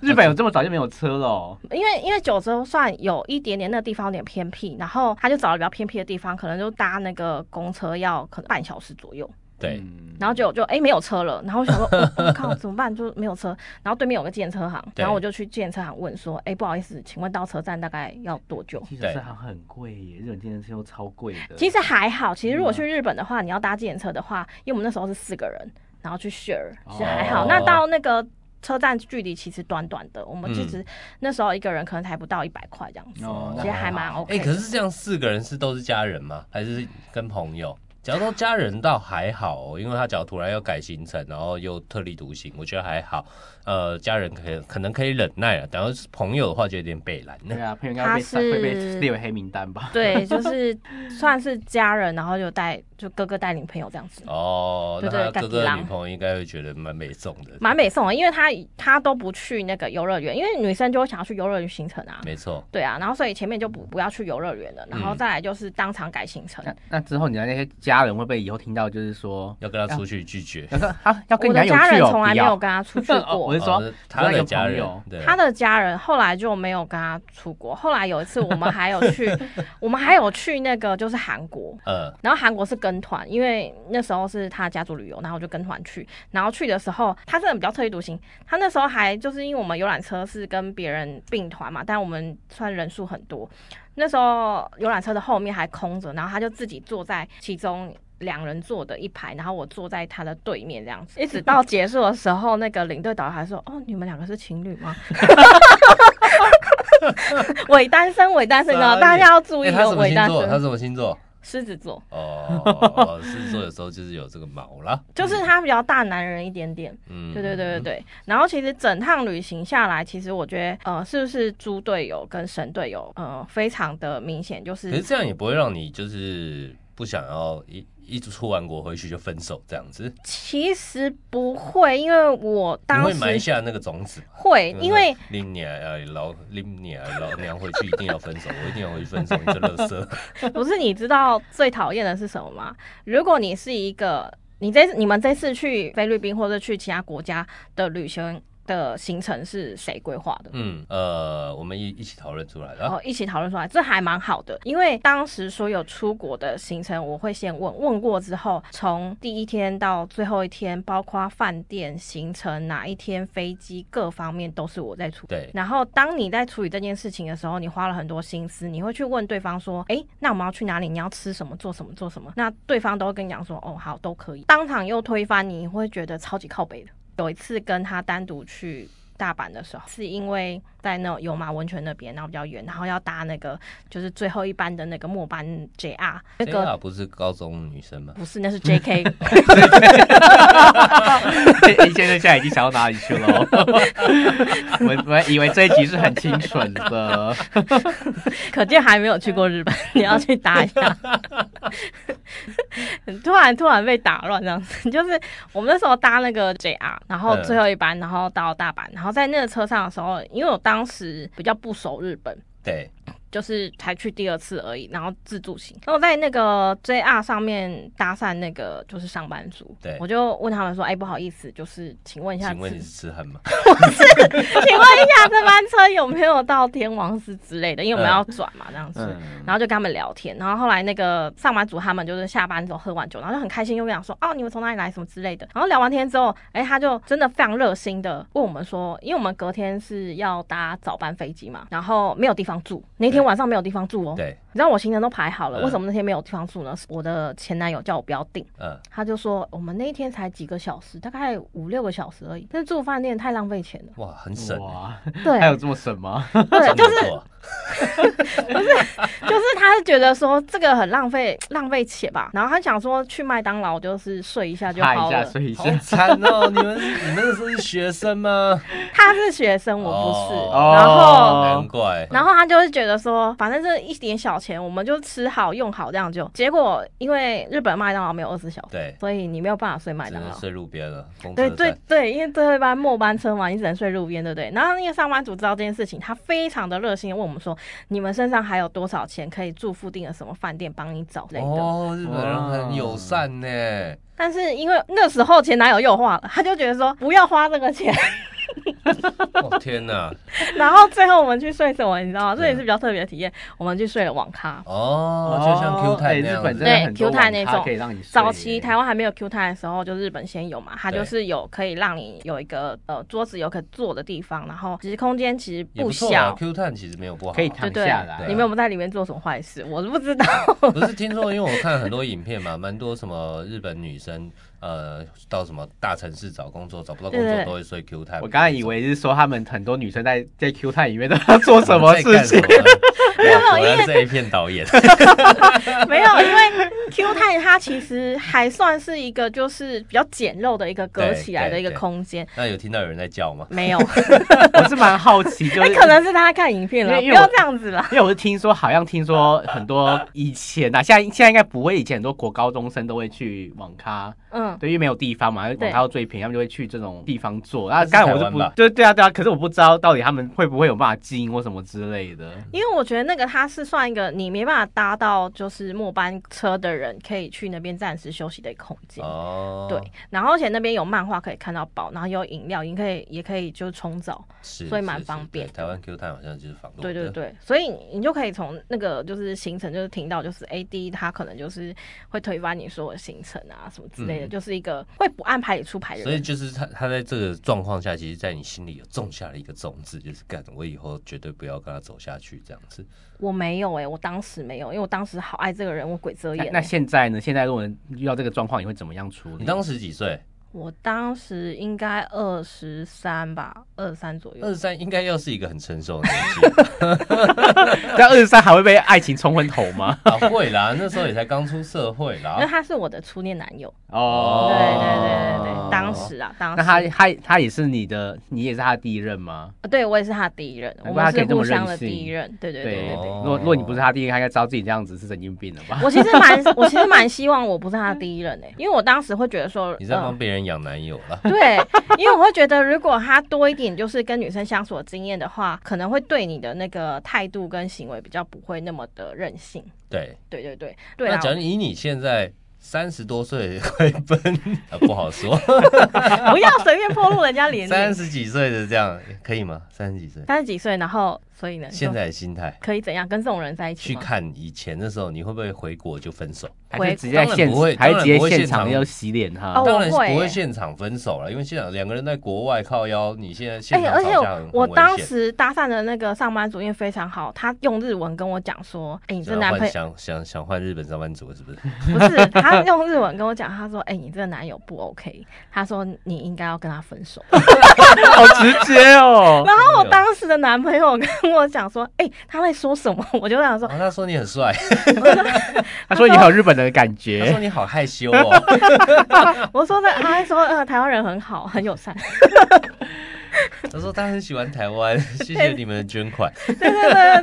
Speaker 5: 日本有这么早就没有车了哦、
Speaker 4: 因为因为九州算有一点点那个地方有点偏僻，然后他就找了比较偏僻的地方，可能就搭那个公车要可能半小时左右，
Speaker 6: 对，
Speaker 5: 嗯
Speaker 4: 然后就就哎、没有车了，然后我 想说我、哦靠怎么办，就没有车，然后对面有个建车行，
Speaker 6: 对
Speaker 4: 然后我就去建车行问说，哎、不好意思，请问到车站大概要多久？
Speaker 5: 计
Speaker 6: 对
Speaker 5: 程车好像很贵耶，日本计程车又超贵的。
Speaker 4: 其实还好，其
Speaker 5: 嗯
Speaker 4: 实如果去日本的话，你要搭计程车的话，因为我们那时候是四个人，然后去 share 是还好。
Speaker 6: 哦
Speaker 4: 那到那个车站距离其实短短的，我们就只、那时候一个人可能才不到一百块这样子，
Speaker 5: 嗯哦那
Speaker 4: 其实
Speaker 5: 还
Speaker 4: 还蛮
Speaker 5: 好
Speaker 4: OK
Speaker 6: 哎、
Speaker 4: 的。
Speaker 6: 可是这样四个人是都是家人吗？还是跟朋友？假如说家人倒还好哦、因为他假如突然要改行程，然后又特立独行，我觉得还好。呃，家人可以可能可以忍耐啊，然后是朋友的话就有点北蓝
Speaker 5: 对
Speaker 6: 了。
Speaker 5: 啊，朋友应该会被
Speaker 4: 他是
Speaker 5: 会被列为黑名单吧？
Speaker 4: 对，就是算是家人，然后就带就哥哥带女朋友这样子，
Speaker 6: 哦，那
Speaker 4: 对对
Speaker 6: 他哥哥
Speaker 4: 感觉
Speaker 6: 的
Speaker 4: 啦
Speaker 6: 女朋友应该会觉得蛮美送的，
Speaker 4: 蛮美送的，因为他他都不去那个游乐园，因为女生就会想要去游乐园行程啊。
Speaker 6: 没错。
Speaker 4: 对啊，然后所以前面就不不要去游乐园了，然后再来就是当场改行
Speaker 5: 嗯
Speaker 4: 程。
Speaker 5: 那那之后你的那些家人会不会以后听到就是说，
Speaker 6: 要跟他出去拒绝，
Speaker 5: 要说啊要跟你
Speaker 4: 我
Speaker 5: 男
Speaker 4: 的
Speaker 5: 友
Speaker 4: 家
Speaker 5: 去
Speaker 4: 人
Speaker 5: 哦，
Speaker 4: 从来
Speaker 5: 不
Speaker 4: 没 有
Speaker 5: 要。
Speaker 4: 跟他出去
Speaker 5: 哦
Speaker 4: 过
Speaker 5: 我，是说
Speaker 6: 哦他的家人
Speaker 5: 我有，
Speaker 6: 对，
Speaker 4: 他的家人后来就没有跟他出国。后来有一次，我们还有 去，我们还有去那个就是韩国。
Speaker 6: 呃，
Speaker 4: 然后韩国是跟团，因为那时候是他家族旅游，然后我就跟团去。然后去的时候，他真的比较特立独行。他那时候还就是因为我们游览车是跟别人并团嘛，但我们算人数很多。那时候游览车的后面还空着，然后他就自己坐在其中两人坐的一排，然后我坐在他的对面这样子。一直到结束的时候，那个领队导游还说：“哦，你们两个是情侣 吗？” 伪单身，伪单身
Speaker 6: 傻
Speaker 4: 的，
Speaker 6: 眼
Speaker 4: 大家要注意
Speaker 6: 哎，他
Speaker 4: 哦
Speaker 6: 什，么
Speaker 4: 伪
Speaker 6: 星
Speaker 4: 单
Speaker 6: 座？他
Speaker 4: 身，
Speaker 6: 什么星座？
Speaker 4: 狮子座。
Speaker 6: 哦， 狮子座有时候就是有这个毛啦。
Speaker 4: 就是他比较大男人一点点，
Speaker 6: 嗯，
Speaker 4: 对对对对对。然后其实整趟旅行下来，其实我觉得呃，是不是猪队友跟神队友，呃，非常的明显，就
Speaker 6: 可是
Speaker 4: 是
Speaker 6: 这样也不会让你就是不想要一一出完国回去就分手这样子，
Speaker 4: 其实不会，因为我
Speaker 6: 你
Speaker 4: 当
Speaker 6: 会埋
Speaker 4: 时
Speaker 6: 下那个种子嘛。
Speaker 4: 会，因为
Speaker 6: 拎你啊老拎你啊老娘回去一定要分手，我一定要回去分手，你这垃圾。
Speaker 4: 不是你知道最讨厌的是什么吗？如果你是一个，你这你们这次去菲律宾或者去其他国家的旅行的行程是谁规划的？
Speaker 6: 嗯呃，我们一一起讨论出来了啊。
Speaker 4: 哦，一起讨论出来，这还蛮好的。因为当时所有出国的行程，我会先问问过之后，从第一天到最后一天，包括饭店、行程、哪一天飞机各方面都是我在处理。
Speaker 6: 对
Speaker 4: 然后当你在处理这件事情的时候，你花了很多心思，你会去问对方说：“诶，那我们要去哪里？你要吃什么？做什么？做什么？”那对方都会跟你讲说：“哦，好，都可以。”当场又推翻你，你会觉得超级靠北的。有一次跟他单独去大阪的时候，是因为在那种有马温泉那边，然后比较远，然后要搭那个就是最后一班的那个末班 JR，那
Speaker 6: 这
Speaker 4: 个
Speaker 6: 个不是高中女生吗？
Speaker 4: 不是那是 JK，
Speaker 5: A 先生现在已经想到哪里去了哦？ 我我以为这一集是很清纯的，
Speaker 4: 可见还没有去过日本，你要去搭一下。突然突然被打乱这样子，就是我们那时候搭那个 JR，然后
Speaker 6: 嗯
Speaker 4: 最后一班，然后到大阪，然后在那个车上的时候，因为我当时比较不熟日本，
Speaker 6: 对，
Speaker 4: 就是才去第二次而已，然后自助行。然后在那个 JR 上面搭讪那个就是上班族，
Speaker 6: 对
Speaker 4: 我就问他们说：“哎、不好意思，就是请问一下，
Speaker 6: 请问你
Speaker 4: 此
Speaker 6: 是痴汉吗？
Speaker 4: 请问一下这班车有没有到天王寺之类的？因为我
Speaker 6: 嗯
Speaker 4: 们要转嘛，这样子。
Speaker 5: 嗯，
Speaker 4: 然后就跟他们聊天，然后后来那个上班族他们就是下班之后喝完酒，然后就很开心，又跟我讲说哦，你们从哪里来什么之类的。然后聊完天之后，哎，他就真的非常热心的问我们说，因为我们隔天是要搭早班飞机嘛，然后没有地方住，那天晚上没有地方住哦。
Speaker 6: 对，
Speaker 4: 你知道我行程都排好了，
Speaker 6: 嗯
Speaker 4: 为什么那天没有地方住呢？是我的前男友叫我不要订，
Speaker 6: 嗯，
Speaker 4: 他就说哦我们那一天才几个小时，大概五六个小时而已，但是住饭店太浪费钱了。
Speaker 6: 哇，很省欸，
Speaker 5: 哇，
Speaker 4: 对，
Speaker 5: 还有这么省吗？
Speaker 4: 对，
Speaker 6: 这
Speaker 4: 就
Speaker 6: 么
Speaker 4: 是
Speaker 6: 做啊
Speaker 4: 就是他是觉得说这个很浪费浪费钱吧，然后他想说去麦当劳就是睡一下就
Speaker 5: 嗨
Speaker 4: 好
Speaker 5: 一下
Speaker 4: 了。
Speaker 5: 睡一下
Speaker 6: 好，惨哦！你们你们那时候是学生吗？
Speaker 4: 他是学生，嗯我不是，
Speaker 6: 哦
Speaker 4: 然后。
Speaker 6: 难怪，
Speaker 4: 然后他就会觉得说，反正这一点小钱，我们就吃好用好这样就。结果因为日本麦当劳没有二十小时，
Speaker 6: 对，
Speaker 4: 所以你没有办法睡麦
Speaker 6: 只
Speaker 4: 当
Speaker 6: 能
Speaker 4: 劳。
Speaker 6: 睡路边了，风
Speaker 4: 对
Speaker 6: 车
Speaker 4: 对
Speaker 6: 站。
Speaker 4: 对，因为最后一班末班车嘛，你只能睡路边，对不对？然后那个上班族知道这件事情，他非常的热心地问我们说，你们身上还有多少钱可以住附近的什么饭店帮你找之类的。
Speaker 6: 哦，日本人很友善呢。
Speaker 4: 但是因为那时候前男友又花了， 他就觉得说不要花这个钱，
Speaker 6: 哦天哪！
Speaker 4: 然后最后我们去睡什么，你知道吗？
Speaker 6: 啊
Speaker 4: 这也是比较特别的体验。我们去睡了网咖，
Speaker 6: 哦，就像 Q 太
Speaker 5: 哎
Speaker 6: 那
Speaker 5: 日
Speaker 6: 样
Speaker 5: 本
Speaker 6: 子
Speaker 5: 真的很多
Speaker 4: Q 太那
Speaker 5: 网咖
Speaker 4: 种
Speaker 5: 可以让你睡
Speaker 4: 早期台湾还没有 Q 台的时候，就日本先有嘛，它
Speaker 6: 对
Speaker 4: 就是有可以让你有一个呃桌子有可坐的地方，然后其实空间其实
Speaker 6: 也不错啊
Speaker 4: 小。
Speaker 6: ，Q 探其实没有不好，啊
Speaker 5: 可以躺
Speaker 4: 对
Speaker 5: 下来，
Speaker 6: 对
Speaker 4: 你们有没有在里面做什么 坏事？我是不知道。
Speaker 6: 不是听说，因为我看很多影片嘛，蛮多什么日本女生呃到什么大城市找工作找不到
Speaker 4: 对
Speaker 6: 工作
Speaker 4: 对
Speaker 6: 都会睡 Q 太。
Speaker 5: 我刚才以为是说他们很多女生在在 Q 探里面 都要做什么事情，
Speaker 6: 没有，啊果然是 A 片导演。
Speaker 4: 没有，因为 Q 探它其实还算是一个就是比较简陋的一个隔
Speaker 6: 对
Speaker 4: 起来的
Speaker 6: 对
Speaker 4: 一个
Speaker 6: 对
Speaker 4: 空间，
Speaker 6: 那有听到有人在叫吗？
Speaker 4: 没有，
Speaker 5: 我是蛮好奇， 就是
Speaker 4: 哎可能是他看影片了，
Speaker 5: 因为因
Speaker 4: 不
Speaker 5: 为
Speaker 4: 要
Speaker 5: 我
Speaker 4: 这样子 啦。
Speaker 5: 因为我是听说，好像听说很多以前啊，现在现在应该不会，以前很多国高中生都会去网咖，
Speaker 4: 嗯，
Speaker 5: 对，因为没有地方嘛，
Speaker 4: 对
Speaker 5: 网咖又最便宜，他们就会去这种地方做。
Speaker 6: 那
Speaker 5: 啊，
Speaker 6: 是
Speaker 5: 当然我
Speaker 6: 台
Speaker 5: 就
Speaker 6: 湾
Speaker 5: 不
Speaker 6: 吧，
Speaker 5: 对对啊对啊，可是我不知道到底他们会不会有办法经营或什么之类的。
Speaker 4: 因为我觉得那个它是算一个你没办法搭到就是末班车的人可以去那边暂时休息的空间。
Speaker 6: 哦，
Speaker 4: 对，然后而且那边有漫画可以看到饱，然后有饮料，你可以也可以就是冲澡，
Speaker 6: 是，
Speaker 4: 所以蛮
Speaker 6: 是是
Speaker 4: 方便
Speaker 6: 对台湾 Q 探好像就是仿录的
Speaker 4: 对对，对，所以你就可以从那个就是行程就是听到就是 A D 他可能就是会推翻你所有行程啊什么之类的，
Speaker 6: 嗯
Speaker 4: 就是一个会不按牌理出牌的
Speaker 6: 所以
Speaker 4: 人。
Speaker 6: 就是他他在这个状况下，其实，在你心里有种下了一个种子，就是干，我以后绝对不要跟他走下去这样子。
Speaker 4: 我没有哎、我当时没有，因为我当时好爱这个人，我鬼遮
Speaker 5: 那
Speaker 4: 眼、
Speaker 5: 那
Speaker 4: 欸。
Speaker 5: 现在呢？现在如果遇到这个状况，你会怎么样处理？
Speaker 6: 你当时几岁？
Speaker 4: 我当时应该二十三吧，二十三左
Speaker 6: 二
Speaker 4: 右
Speaker 6: 十。三应该要是一个很成熟的年纪？
Speaker 5: 在二十三还会被爱情冲昏头吗
Speaker 6: 啊，会啦，那时候也才刚出社会
Speaker 4: 因为
Speaker 6: 啦。
Speaker 4: 他是我的初恋男友，
Speaker 5: 哦，
Speaker 4: 对对对对对，当时啊，当时
Speaker 5: 那他他他也是你的，你也是他的第一任吗？
Speaker 4: 呃对我也是他第一任，
Speaker 5: 难
Speaker 4: 我
Speaker 5: 怪他可
Speaker 4: 们
Speaker 5: 以
Speaker 4: 是
Speaker 5: 这么
Speaker 4: 互相的
Speaker 5: 任性
Speaker 4: 第一任，对对对
Speaker 5: 对哦
Speaker 4: 对
Speaker 5: 对
Speaker 4: 对。
Speaker 6: 哦
Speaker 5: 如果如果你不是他第一任，他应该知道自己这样子是神经病了吧？
Speaker 4: 我其实蛮，我其实蛮希望我不是他的第一任诶、因为我当时会觉 得说，
Speaker 6: 你在
Speaker 4: 呃
Speaker 6: 帮别人养男友啦。
Speaker 4: 对，因为我会觉得，如果他多一点就是跟女生相处的经验的话，可能会对你的那个态度跟行为比较不会那么的任性。
Speaker 6: 对，
Speaker 4: 对对对 对
Speaker 6: 那
Speaker 4: 啊
Speaker 6: 假！如以你现在三十多岁快奔啊，不好说，
Speaker 4: 不要随便暴露人家 年
Speaker 6: 三
Speaker 4: 龄。
Speaker 6: 十几岁的这样可以吗？三十几岁，
Speaker 4: 三十几岁，然后所以呢，
Speaker 6: 现
Speaker 4: 就
Speaker 6: 在的心态。
Speaker 4: 可以怎样跟这种人在一起
Speaker 6: 去
Speaker 4: 吗？
Speaker 6: 看以前的时候，你会不会回国就分手？
Speaker 5: 还是直接在
Speaker 6: 当然
Speaker 5: 现
Speaker 6: 不会
Speaker 5: 还是直
Speaker 6: 当然
Speaker 5: 接
Speaker 6: 不会
Speaker 5: 现
Speaker 6: 现
Speaker 5: 场
Speaker 6: 场
Speaker 5: 要洗脸他？
Speaker 4: 哦
Speaker 6: 当然
Speaker 4: 我会
Speaker 6: 不会
Speaker 4: 欸
Speaker 6: 现场分手了，因为现场两个人在国外靠腰，你现在
Speaker 4: 哎、
Speaker 6: 现场
Speaker 4: 而且
Speaker 6: 吵架很
Speaker 4: 我
Speaker 6: 很危
Speaker 4: 当
Speaker 6: 险
Speaker 4: 时搭讪的那个上班族因为非常好，他用日文跟我讲说：“哎、你这
Speaker 6: 想要
Speaker 4: 男
Speaker 6: 换
Speaker 4: 朋友
Speaker 6: 想想想换日本上班族是不是？
Speaker 4: 不是他用日文跟我讲，他说：‘哎、你这个男友不 OK。’他说你应该要跟他分手。”
Speaker 5: 好直接哦！
Speaker 4: 然后我当时的男朋友跟我讲说：“哎、他在说什么？” 我 就想说
Speaker 6: 啊，他说你很 帅，
Speaker 5: 他说你好日本人的感
Speaker 6: 他说
Speaker 5: 觉，
Speaker 6: 你好害羞哦。：“
Speaker 4: 我说在，他在说呃，台湾人很好，很友善。
Speaker 6: 他说他很喜欢台湾，谢谢你们的捐款。”
Speaker 4: 对对对对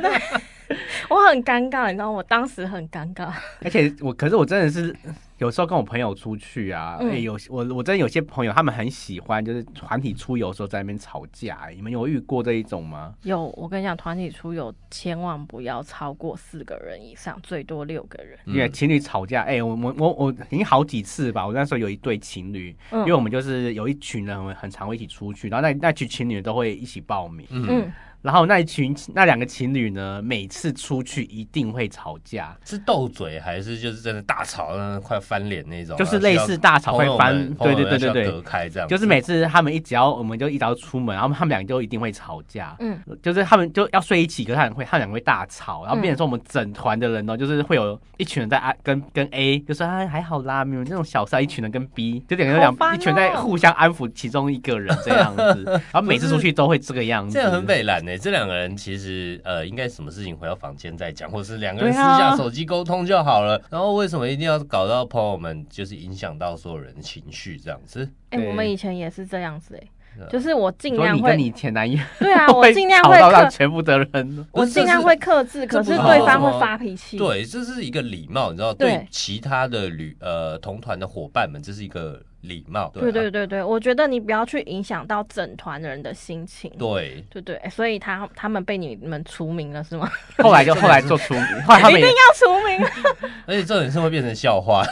Speaker 4: 对， 我很尴尬，你知道，我当时很尴尬。
Speaker 5: 而且我可是我真的是有时候跟我朋友出去啊，
Speaker 4: 嗯
Speaker 5: 哎有我我真的有些朋友他们很喜欢就是团体出游的时候在那边吵架、哎你们有遇过这一种吗？
Speaker 4: 有，我跟你讲，团体出游千万不要超过四个人以上，最多六个人。
Speaker 6: 嗯
Speaker 5: 因为情侣吵架，哎、我我我我已经好几次吧。我那时候有一对情侣，
Speaker 4: 嗯
Speaker 5: 因为我们就是有一群人，我们很常会一起出去，然后那那群情侣都会一起报名。
Speaker 6: 嗯，
Speaker 4: 嗯，
Speaker 5: 然后那一群那两个情侣呢，每次出去一定会吵架，
Speaker 6: 是斗嘴还是就是真的大吵，嗯快翻脸那种啊？
Speaker 5: 就是类似大吵
Speaker 6: 需要
Speaker 5: 快翻
Speaker 6: 朋友们朋友们
Speaker 5: 对对对对
Speaker 6: 需要
Speaker 5: 对
Speaker 6: 隔开这样子。
Speaker 5: 就是每次他们一只要我们就一早出门，然后他们两个就一定会吵架。
Speaker 4: 嗯，
Speaker 5: 就是他们就要睡一起，可是他们会他们两个会大吵，然后
Speaker 4: 嗯
Speaker 5: 变成说我们整团的人哦，就是会有一群人在安跟跟 A 就说哎还好啦，没有这种小事啊，一群人跟 B 就两个人
Speaker 4: 好
Speaker 5: 两、
Speaker 4: 烦哦
Speaker 5: 一群人在互相安抚其中一个人这样子， 然后每次出去都会这个样子，
Speaker 6: 这样很北懒呢。这两个人其实呃，应该什么事情回到房间再讲，或是两个人私
Speaker 5: 对啊
Speaker 6: 下手机沟通就好了。然后为什么一定要搞到朋友们，就是影响到所有人的情绪这样子？
Speaker 4: 哎、我们
Speaker 5: 对
Speaker 4: 以前也是这样子、
Speaker 6: 对
Speaker 4: 哎
Speaker 6: 啊，
Speaker 4: 就是我尽
Speaker 5: 所以
Speaker 4: 量
Speaker 5: 你跟
Speaker 4: 会，
Speaker 5: 你前男友
Speaker 4: 对啊， 我
Speaker 5: 会
Speaker 4: 尽量
Speaker 5: 吵
Speaker 4: 会
Speaker 5: 到让
Speaker 4: 克，
Speaker 5: 全部的人
Speaker 4: 我
Speaker 6: 不是
Speaker 4: 尽量
Speaker 6: 这是
Speaker 4: 会克制，可
Speaker 6: 不是
Speaker 4: 是对
Speaker 6: 什
Speaker 4: 方会
Speaker 6: 么
Speaker 4: 发脾气。
Speaker 6: 对，这是一个礼貌，你知道，
Speaker 4: 对
Speaker 6: 对其他的旅呃同团的伙伴们，这是一个礼貌。
Speaker 4: 对对
Speaker 6: 啊
Speaker 4: 对对，我觉得你不要去影响到整团人的心情。
Speaker 6: 对，
Speaker 4: 对对，欸所以他他们被你们除名了是吗？
Speaker 5: 后来就后来做出，后来他
Speaker 4: 一
Speaker 5: 们
Speaker 4: 定
Speaker 5: 也。
Speaker 4: 要除名，
Speaker 6: 而且这种是会变成笑话。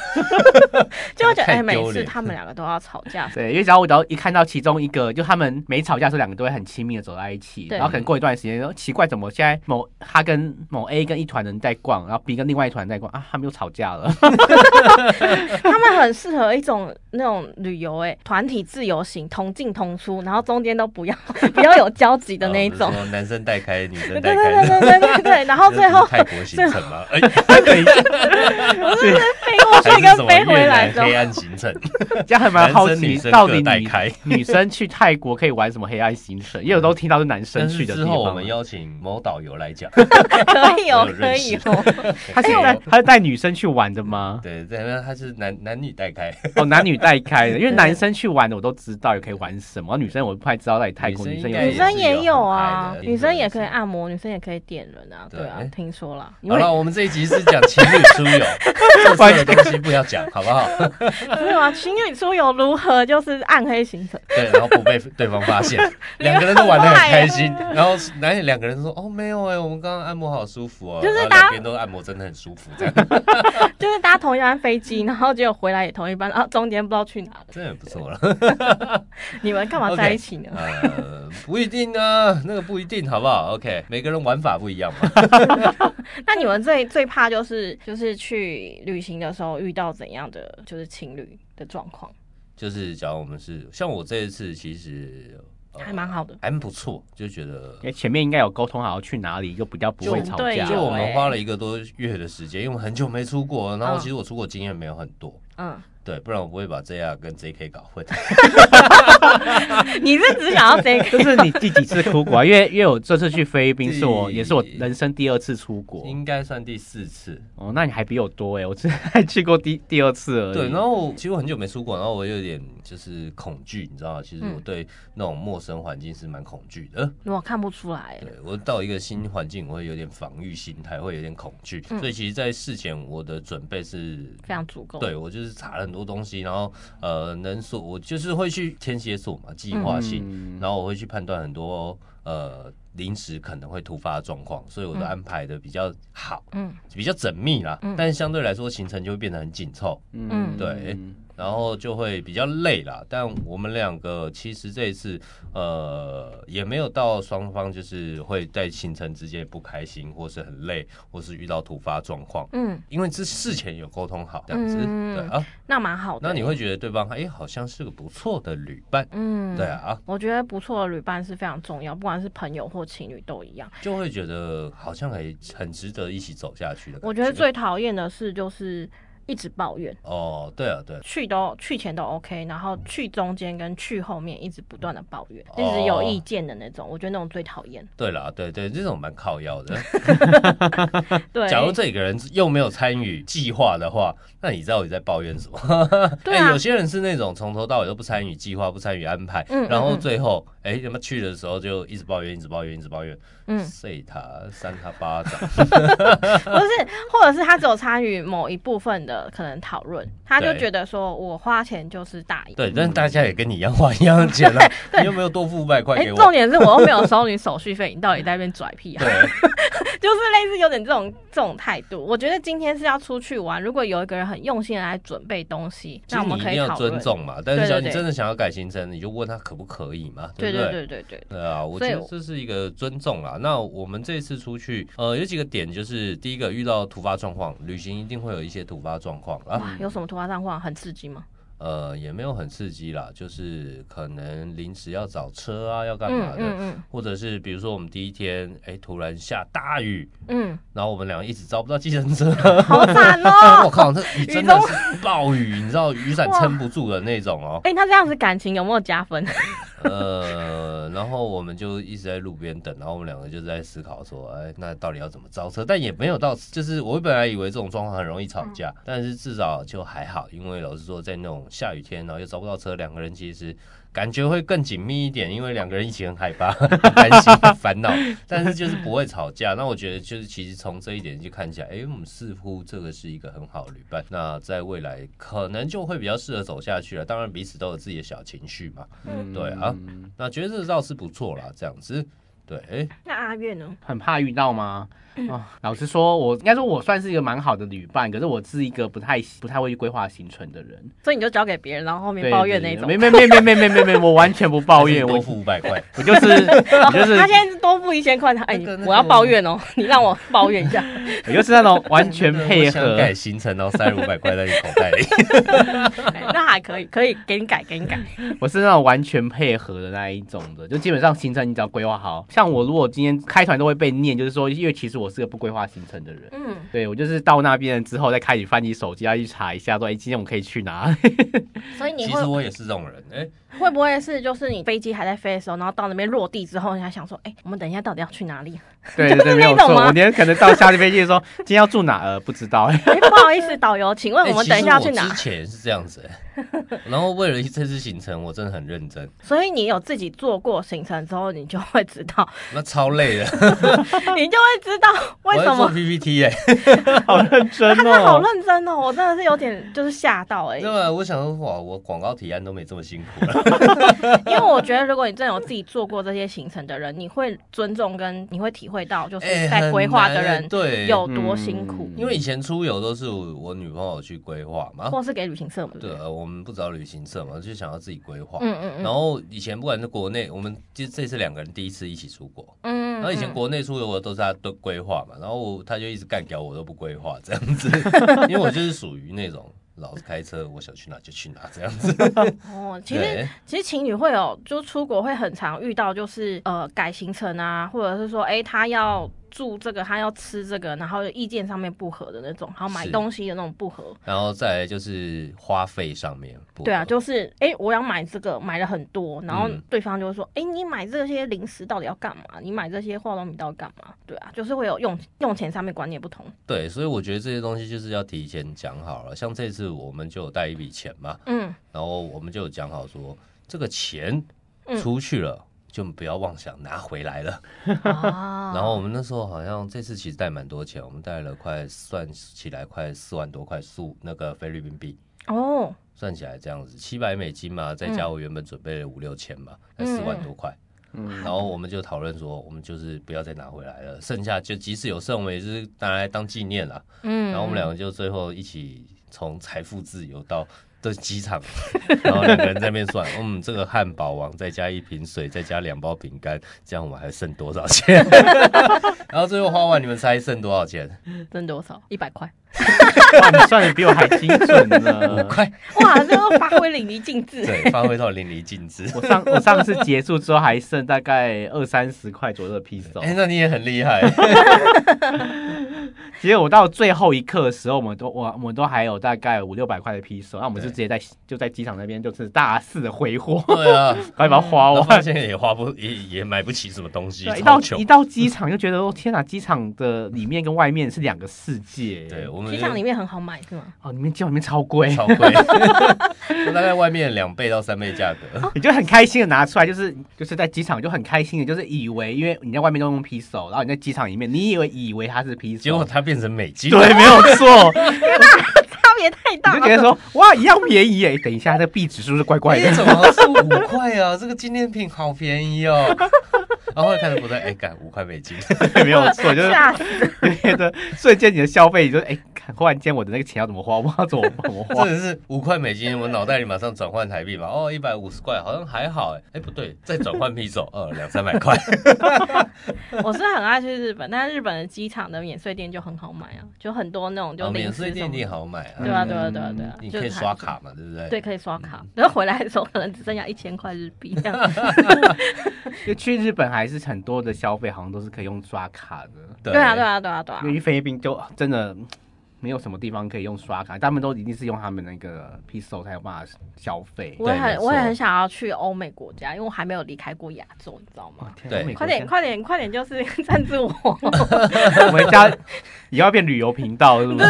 Speaker 4: 就会觉得
Speaker 6: 太
Speaker 4: 哎，每
Speaker 6: 丢
Speaker 4: 次
Speaker 6: 脸
Speaker 4: 他们两个都要吵架
Speaker 5: 对，因为只要我只要一看到其中一个，就他们没吵架的时候，两个都会很亲密的走在一起，
Speaker 4: 对
Speaker 5: 然后可能过一段时间，说奇怪，怎么现在某他跟某 A 跟一团人在逛，然后 B 跟另外一团人在逛啊，他们又吵架了。
Speaker 4: 他们很适合一种那种旅游，哎，团体自由行，同进同出，然后中间都 不要不要有交集的那一
Speaker 6: 啊。
Speaker 4: 种
Speaker 6: 我们说男生带开，女
Speaker 4: 对
Speaker 6: 生带
Speaker 4: 对
Speaker 6: 开。
Speaker 4: 对 对对对对，然后
Speaker 6: 这
Speaker 4: 最
Speaker 6: 不是泰国
Speaker 4: 后
Speaker 6: 行程嘛，哎，
Speaker 5: 对，
Speaker 4: 废物
Speaker 6: 还是
Speaker 4: 跟
Speaker 6: 什么
Speaker 4: 飞回
Speaker 6: 越
Speaker 4: 来
Speaker 6: 南
Speaker 4: 的
Speaker 6: 黑啊暗行程？
Speaker 5: 这样还蛮好
Speaker 6: 男生
Speaker 5: 奇
Speaker 6: 女，生
Speaker 5: 到底
Speaker 6: 各带
Speaker 5: 女
Speaker 6: 开
Speaker 5: 女生去泰国可以玩什么黑暗行程？因为我都听到是男生
Speaker 6: 但
Speaker 5: 去
Speaker 6: 是
Speaker 5: 的
Speaker 6: 之
Speaker 5: 地方啊
Speaker 6: 后
Speaker 5: 嘛。
Speaker 6: 我们邀请某导游来 讲，
Speaker 4: 可以哦
Speaker 6: 我有，
Speaker 4: 可
Speaker 6: 认
Speaker 4: 以
Speaker 6: 识
Speaker 4: 哦。
Speaker 5: 他是带他是带女生去玩的 吗？
Speaker 6: 对，对，那他是男男女带开，
Speaker 5: 哦，男女带开的，因为男生去玩的我都知道，也可以玩什么。女生我不太知道在泰国
Speaker 6: 女
Speaker 5: 女
Speaker 6: 生
Speaker 5: 生
Speaker 6: 应
Speaker 5: 有
Speaker 6: 该
Speaker 4: 女
Speaker 5: 什么。
Speaker 4: 生也有啊
Speaker 6: 也是有很爱，的
Speaker 4: 女生也可以按摩，女生也可以点人啊，
Speaker 6: 对
Speaker 4: 对啊，听说啦，因
Speaker 6: 好
Speaker 4: 为
Speaker 6: 了，我们这一集是讲情侣出 游，色色的东西不要讲，好不好？
Speaker 4: 没有啊，情侣出游如何就是暗黑行程，
Speaker 6: 对，然后不被对方发现，两个人都玩的很开心，
Speaker 4: 哦
Speaker 6: 然后男两个人说：“哦，没有哎、我们刚刚按摩好舒服哦。”
Speaker 4: 就是
Speaker 6: 然后
Speaker 4: 大家
Speaker 6: 两边都按摩，真的很舒服，这样
Speaker 4: 就是搭同一班飞机，然后结果回来也同一班，然后中间不知道去哪了，
Speaker 6: 真的很不错 了。
Speaker 4: 你们干嘛
Speaker 6: OK
Speaker 4: 在一起呢？
Speaker 6: 呃，不一定啊，那个不一定，好不好？OK，每个人玩法不一样嘛。
Speaker 4: 那你们最最怕就是就是去旅行的时候遇到怎样的就是情侣的状况，
Speaker 6: 就是假如我们是像我这一次，其实、呃
Speaker 4: 还蛮好的，
Speaker 6: 还不错，就觉得
Speaker 5: 因为前面应该有沟通好要去哪里，就比较不会
Speaker 4: 就
Speaker 5: 吵
Speaker 4: 对
Speaker 5: 架。
Speaker 4: 有
Speaker 6: 就我
Speaker 4: 欸
Speaker 6: 们花了一个多月的时间，因为我们很久没出国，然后
Speaker 4: 嗯
Speaker 6: 其实我出国经验没有很多，
Speaker 4: 嗯，
Speaker 6: 对，不然我不会把 JR 跟 JK 搞混。
Speaker 4: 嗯你是只想要 谁？
Speaker 5: 就是你第几次出国、啊？因为因为我这次去菲律宾是我
Speaker 6: 第
Speaker 5: 也是我人生第二次出 国
Speaker 6: 应该算第四次。
Speaker 5: 哦，那你还比我多哎，我只还去过第第二次而已。嗯
Speaker 6: 对，然后其实我很久没出国，然后我有点就是恐惧，你知道吗？其实我
Speaker 4: 嗯
Speaker 6: 对那种陌生环境是蛮恐惧的。
Speaker 4: 我看不出来，
Speaker 6: 对我到一个新环境，我会有点防御心态，会有点恐惧。
Speaker 4: 嗯
Speaker 6: 所以其实，在事前我的准备是
Speaker 4: 非常足够。
Speaker 6: 对我就是查了很多东西，然后呃，能所我就是会去填写所嘛，计划性，
Speaker 5: 嗯
Speaker 6: 然后我会去判断很多呃临时可能会突发的状况，所以我都
Speaker 4: 嗯
Speaker 6: 安排的比较好，
Speaker 4: 嗯，
Speaker 6: 比较缜密啦。
Speaker 4: 嗯
Speaker 6: 但是相对来说，行程就会变得很紧凑，
Speaker 4: 嗯
Speaker 6: 对然后就会比较累啦。但我们两个其实这一次呃也没有到双方就是会在行程之间不开心，或是很累，或是遇到突发状况。
Speaker 4: 嗯，
Speaker 6: 因为这事前有沟通好，这样子、
Speaker 4: 嗯
Speaker 6: 对啊，
Speaker 4: 那蛮好的。
Speaker 6: 那你会觉得对方哎、诶好像是个不错的旅伴，
Speaker 4: 嗯，
Speaker 6: 对。啊，
Speaker 4: 我觉得不错的旅伴是非常重要，不管是朋友或情侣都一样。
Speaker 6: 就会觉得好像很很值得一起走下去的感
Speaker 4: 我觉得最讨厌的是就是一直抱怨，
Speaker 6: 哦，对啊，对啊，
Speaker 4: 去都去前都 OK，然后去中间跟去后面一直不断的抱怨，
Speaker 6: 嗯哦
Speaker 4: 一直有意见的那种，我觉得那种最讨厌。
Speaker 6: 对啦，对对，这种蛮靠腰的。
Speaker 4: 对，
Speaker 6: 假如这个人又没有参与计划的话，那你知道你在抱怨什么？哎
Speaker 4: 对 啊
Speaker 6: 有些人是那种从头到尾都不参与计划、不参与安排，
Speaker 4: 嗯嗯
Speaker 6: 然后
Speaker 4: 嗯
Speaker 6: 最后哎，他妈去的时候就一直抱怨、一直抱怨、一直抱怨，
Speaker 4: 嗯，
Speaker 6: 碎他扇他巴掌。
Speaker 4: 不是，或者是他只有参与某一部分的可能讨论，他就
Speaker 6: 对
Speaker 4: 觉得说我花钱就是大爷。
Speaker 6: 对，但是大家也跟你一样花一样的钱 啊，你有没有多付五百块
Speaker 4: 哎、
Speaker 6: 给我？
Speaker 4: 重点是我又没有收你手续费，你到底在那边拽屁啊？
Speaker 6: 对，
Speaker 4: 就是类似有点这种这种态度。我觉得今天是要出去玩，如果有一个人很用心的来准备东西，
Speaker 6: 其
Speaker 4: 那
Speaker 6: 实
Speaker 4: 我
Speaker 6: 你
Speaker 4: 们
Speaker 6: 一
Speaker 4: 可
Speaker 6: 定
Speaker 4: 以
Speaker 6: 要
Speaker 4: 讨论
Speaker 6: 尊。重嘛。但是
Speaker 4: 对对
Speaker 6: 想你
Speaker 4: 对
Speaker 6: 真的想要改行程，你就问他可不可以嘛，
Speaker 4: 对
Speaker 6: 不
Speaker 4: 对对对对，
Speaker 6: 对啊，我
Speaker 4: 所
Speaker 6: 觉
Speaker 4: 以
Speaker 6: 得
Speaker 4: 我
Speaker 6: 这是一个尊重啦。那我们这次出去，呃，有几个点，就是第一个遇到突发状况，旅行一定会有一些突发状况啊，
Speaker 4: 哇，有什么突发状况很刺激吗？
Speaker 6: 呃，也没有很刺激啦，就是可能临时要找车啊，要干
Speaker 4: 嗯
Speaker 6: 嘛的，
Speaker 4: 嗯
Speaker 6: 或者是比如说我们第一天，哎，突然下大雨，
Speaker 4: 嗯
Speaker 6: 然后我们两个一直招不到计程车，
Speaker 4: 嗯，好惨
Speaker 6: 我
Speaker 4: 哦！
Speaker 6: 靠，那雨真的是暴雨，你知道雨伞撑不住的那种哦。
Speaker 4: 哎、那这样子感情有没有加分？
Speaker 6: 呃，然后我们就一直在路边等，然后我们两个就在思考说，哎，那到底要怎么招车？但也没有到，就是我本来以为这种状况很容易吵架，但是至少就还好，因为老实说，在那种下雨天，然后又招不到车，两个人其实感觉会更紧密一点，因为两个人一起很害怕、 很担心、很烦恼，但是就是不会吵架。那我觉得就是其实从这一点就看起来，哎，我们似乎这个是一个很好的旅伴，那在未来可能就会比较适合走下去了。当然彼此都有自己的小情绪嘛。
Speaker 5: 嗯
Speaker 6: 对啊，那觉得这倒是不错啦，这样子。对，哎
Speaker 4: 那阿月呢？
Speaker 5: 很怕遇到吗？
Speaker 4: 嗯
Speaker 5: 啊、老实说，我应该说我算是一个蛮好的旅伴，可是我是一个不太不太会去规划行程的人。
Speaker 4: 所以你就交给别人，然后后面
Speaker 5: 对
Speaker 4: 抱怨
Speaker 5: 对
Speaker 4: 那种。
Speaker 5: 没没没没没没没没，我完全不抱
Speaker 6: 还是
Speaker 5: 怨，
Speaker 6: 你
Speaker 5: 我
Speaker 6: 多付五百块，
Speaker 5: 我就是 我就是
Speaker 4: 他现在多付一千块，他哎、
Speaker 6: 那个那个
Speaker 4: 我要抱怨哦，你 让我抱怨一下。
Speaker 5: 我就是那种完 全配
Speaker 6: 我想
Speaker 5: 合。
Speaker 6: 改行程，然哦后塞了五百块在你口袋里。
Speaker 4: 哎那还可以，可以给你改，给你改。
Speaker 5: 我是那种完全配合的那一种的，就基本上行程你只要规划好，像我如果今天开团都会被念，就是说，因为其实我是个不规划行程的人。
Speaker 4: 嗯，
Speaker 5: 对，我就是到那边之后再开始翻起手机，要去查一下说，哎、今天我可以去哪？
Speaker 4: 所以 你
Speaker 6: 其
Speaker 4: 会
Speaker 6: 实我也是这种人，哎、
Speaker 4: 会不会是就是你飞机还在飞的时候，然后到那边落地之后，你还想说，哎、我们等一下到底要去哪里？
Speaker 5: 对
Speaker 4: 就是
Speaker 5: 对对，没有
Speaker 4: 那种
Speaker 5: 错。
Speaker 4: 吗
Speaker 5: 我今天可能到下飞机的时候，今天要住哪？呃，不知道。
Speaker 4: 哎、不好意思，导游，请问
Speaker 6: 哎
Speaker 4: 我们
Speaker 6: 其
Speaker 4: 等一
Speaker 6: 实
Speaker 4: 下要
Speaker 6: 我
Speaker 4: 去哪？
Speaker 6: 之前是这样子、哎然后为了这次行程，我真的很认真，
Speaker 4: 所以你有自己做过行程之后，你就会知道，
Speaker 6: 那超累的，
Speaker 4: 你就会知道为
Speaker 6: 我
Speaker 4: 什
Speaker 6: 要做
Speaker 4: 么。
Speaker 6: PPT 哎、
Speaker 5: 好认真
Speaker 4: 他真的好
Speaker 5: 哦。
Speaker 4: 认真哦，我真的是有点就是吓到哎、
Speaker 6: 对啊吧？我想说，哇，我广告提案都没这么辛苦了。
Speaker 4: 因为我觉得如果你真的有自己做过这些行程的人，你会尊重跟你会体会到，就是
Speaker 6: 哎、
Speaker 4: 在规划的
Speaker 6: 很难哎
Speaker 4: 人
Speaker 6: 对，
Speaker 4: 有多辛苦，
Speaker 5: 嗯
Speaker 6: 因为以前出游都是我女朋友去规划嘛，
Speaker 4: 或是给旅行社嘛，对不
Speaker 6: 对，
Speaker 4: 对？
Speaker 6: 呃我们不找旅行社嘛，就想要自己规划。
Speaker 4: 嗯嗯嗯，
Speaker 6: 然后以前不管是国内，我们就这次两个人第一次一起出国，
Speaker 4: 嗯，
Speaker 6: 然后以前
Speaker 4: 嗯
Speaker 6: 国内出游我都是他都规划嘛，然后我他就一直干掉我都不规划这 样子，因为我就是属于那种老子开车，我想去哪就去哪这样子。
Speaker 4: 哦，其实
Speaker 6: 对，
Speaker 4: 其实情侣会有，就出国会很常遇到，就是呃改行程啊，或者是说，哎、他要住这个，他要吃这个，然后意见上面不合的那种，还有买
Speaker 6: 是
Speaker 4: 东西的那种不合。
Speaker 6: 然后再来就是花费上面不合，
Speaker 4: 对啊，就是哎、诶我要买这个，买了很多，然后
Speaker 6: 嗯
Speaker 4: 对方就会说，哎、你买这些零食到底要干嘛？你买这些化妆品到底干嘛？对啊，就是会有用用钱上面观念不同。
Speaker 6: 对，所以我觉得这些东西就是要提前讲好了。像这次我们就有带一笔钱嘛，
Speaker 4: 嗯，
Speaker 6: 然后我们就有讲好说，这个钱
Speaker 4: 嗯
Speaker 6: 出去了。就不要妄想拿回来了。
Speaker 4: 啊，
Speaker 6: 然后我们那时候好像这次其实带蛮多钱，我们带了快算起来快四万多块苏那个菲律宾币，
Speaker 4: 哦，
Speaker 6: 算起来这样子七百美金嘛，再加我原本准备了五六千嘛，才
Speaker 4: 嗯
Speaker 6: 四万多块。
Speaker 5: 嗯
Speaker 6: 然后我们就讨论说，我们就是不要再拿回来了，剩下就即使有剩，我们也是拿来当纪念啦。
Speaker 4: 嗯，
Speaker 6: 然后我们两个就最后一起从财富自由到的机场，然后两个人在那边算，嗯，这个汉堡王再加一瓶水，再加两包饼干，这样我们还剩多少钱？ 然后最后花完，你们猜剩多少钱？
Speaker 4: 挣多少？一百块。
Speaker 5: 哇，你算的比我还精准呢。
Speaker 6: 快，
Speaker 4: 哇，这个发挥淋漓尽致。
Speaker 6: 对，发挥到淋漓尽致。
Speaker 5: 我上我上次结束之后还剩大概二三十块左右的披萨。
Speaker 6: 哎、那你也很厉害，
Speaker 5: 结果我到最后一刻的时候，我们都我我们都还有大概五六百块的披萨，那我们就
Speaker 6: 对
Speaker 5: 直接在就在机场那边就是大肆的 挥霍，
Speaker 6: 对 啊，
Speaker 5: 快把它花
Speaker 6: 我发
Speaker 5: 完。
Speaker 6: 现也花不也也买不起什么东西，
Speaker 5: 对，一
Speaker 6: 超
Speaker 5: 到
Speaker 6: 穷
Speaker 5: 一。到机场就觉得，哦天哪！机场的里面跟外面是两个世界。
Speaker 6: 对，我们
Speaker 4: 机
Speaker 6: 就
Speaker 4: 场里面很好买是吗？
Speaker 5: 哦，里面机场里面超贵，
Speaker 6: 超贵， 就大概外面两倍到三倍价格。
Speaker 4: 哦
Speaker 5: 你就很开心的拿出来，就是就是在机场就很开心的，就是以为因为你在外面都用披萨，然后你在机场里面，你以为以为它是披萨，
Speaker 6: 结果它变成美金，
Speaker 5: 对，没有错，
Speaker 4: 差别太大
Speaker 5: 你就
Speaker 4: 了。
Speaker 5: 觉得说哇一样便宜耶，等一下这币值是不是怪怪
Speaker 6: 哎，
Speaker 5: 的？
Speaker 6: 怎么是五块啊？ 这个纪念品好便宜哦。 然后后来看着不对，哎，干五块美 金，
Speaker 5: 对，没有错，就是
Speaker 4: 吓死！
Speaker 5: 觉得瞬间你的消费，你就哎，看忽然间我的那个钱要怎么花，我不知道怎么怎么
Speaker 6: 真
Speaker 5: 花。
Speaker 6: 的是五块美金，我脑袋里马上转换台币吧。哦，一百五十块好像还好，哎，哎不对，再转换披 手，呃，两三百 块。
Speaker 4: 我是很爱去日本，但是日本的机场的免税店就很好买啊，就很多那种就
Speaker 6: 哦，
Speaker 4: 零
Speaker 6: 免
Speaker 4: 食
Speaker 6: 税
Speaker 4: 什
Speaker 6: 店
Speaker 4: 么
Speaker 6: 你
Speaker 4: 的。
Speaker 6: 好买啊
Speaker 4: 对，啊，对啊，对啊，对啊，
Speaker 6: 你
Speaker 4: 就
Speaker 6: 可以
Speaker 4: 是它
Speaker 6: 刷。卡嘛，对不对？
Speaker 4: 对，。可以刷卡，然后回来的时候可能只剩下一千块日币啊这样。
Speaker 5: 就去日本还是很多的消费，好像都是可以用刷卡的。
Speaker 6: 对
Speaker 4: 对啊，对啊，对啊，对啊
Speaker 5: 因。为菲律宾就真的嗯没有什么地方可以用刷卡，他们都一定是用他们那个 p i s o 才有办法消费。
Speaker 4: 我也
Speaker 6: 对没
Speaker 4: 很，
Speaker 6: 错
Speaker 4: 我也很想要去欧美国家，因为我还没有离开过亚洲，你知道吗？
Speaker 5: 天啊
Speaker 6: 对
Speaker 5: 美国
Speaker 4: 快点，
Speaker 5: 现
Speaker 4: 快点，快点，就是 赞助我！
Speaker 5: 在 我们家以后要变旅游频道是不是？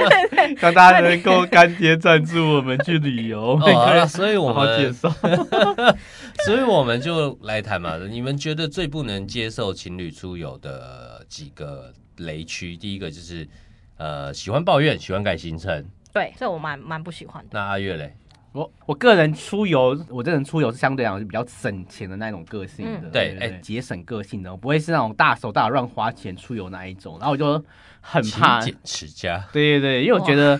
Speaker 5: 让大家能够干爹赞助我们去旅游，
Speaker 6: 哦，好了，所以我
Speaker 5: 好好介
Speaker 6: 们，
Speaker 5: 绍。
Speaker 6: 所以我们就来谈嘛。你们觉得最不能接受情侣出游的几个雷区？第一个就是，呃，喜欢抱怨，喜欢改行程。
Speaker 4: 对，所以我蛮蛮不喜欢的。
Speaker 6: 那阿月嘞？
Speaker 5: 我我个人出游，我这人出游是相对来讲是比较省钱的那种个性的，
Speaker 4: 嗯
Speaker 6: 对哎
Speaker 5: 节省个性的，我不会是那种大手大脚乱花钱出游那一种。然后我就很怕，
Speaker 6: 勤俭持家。
Speaker 5: 对对对，因为我觉得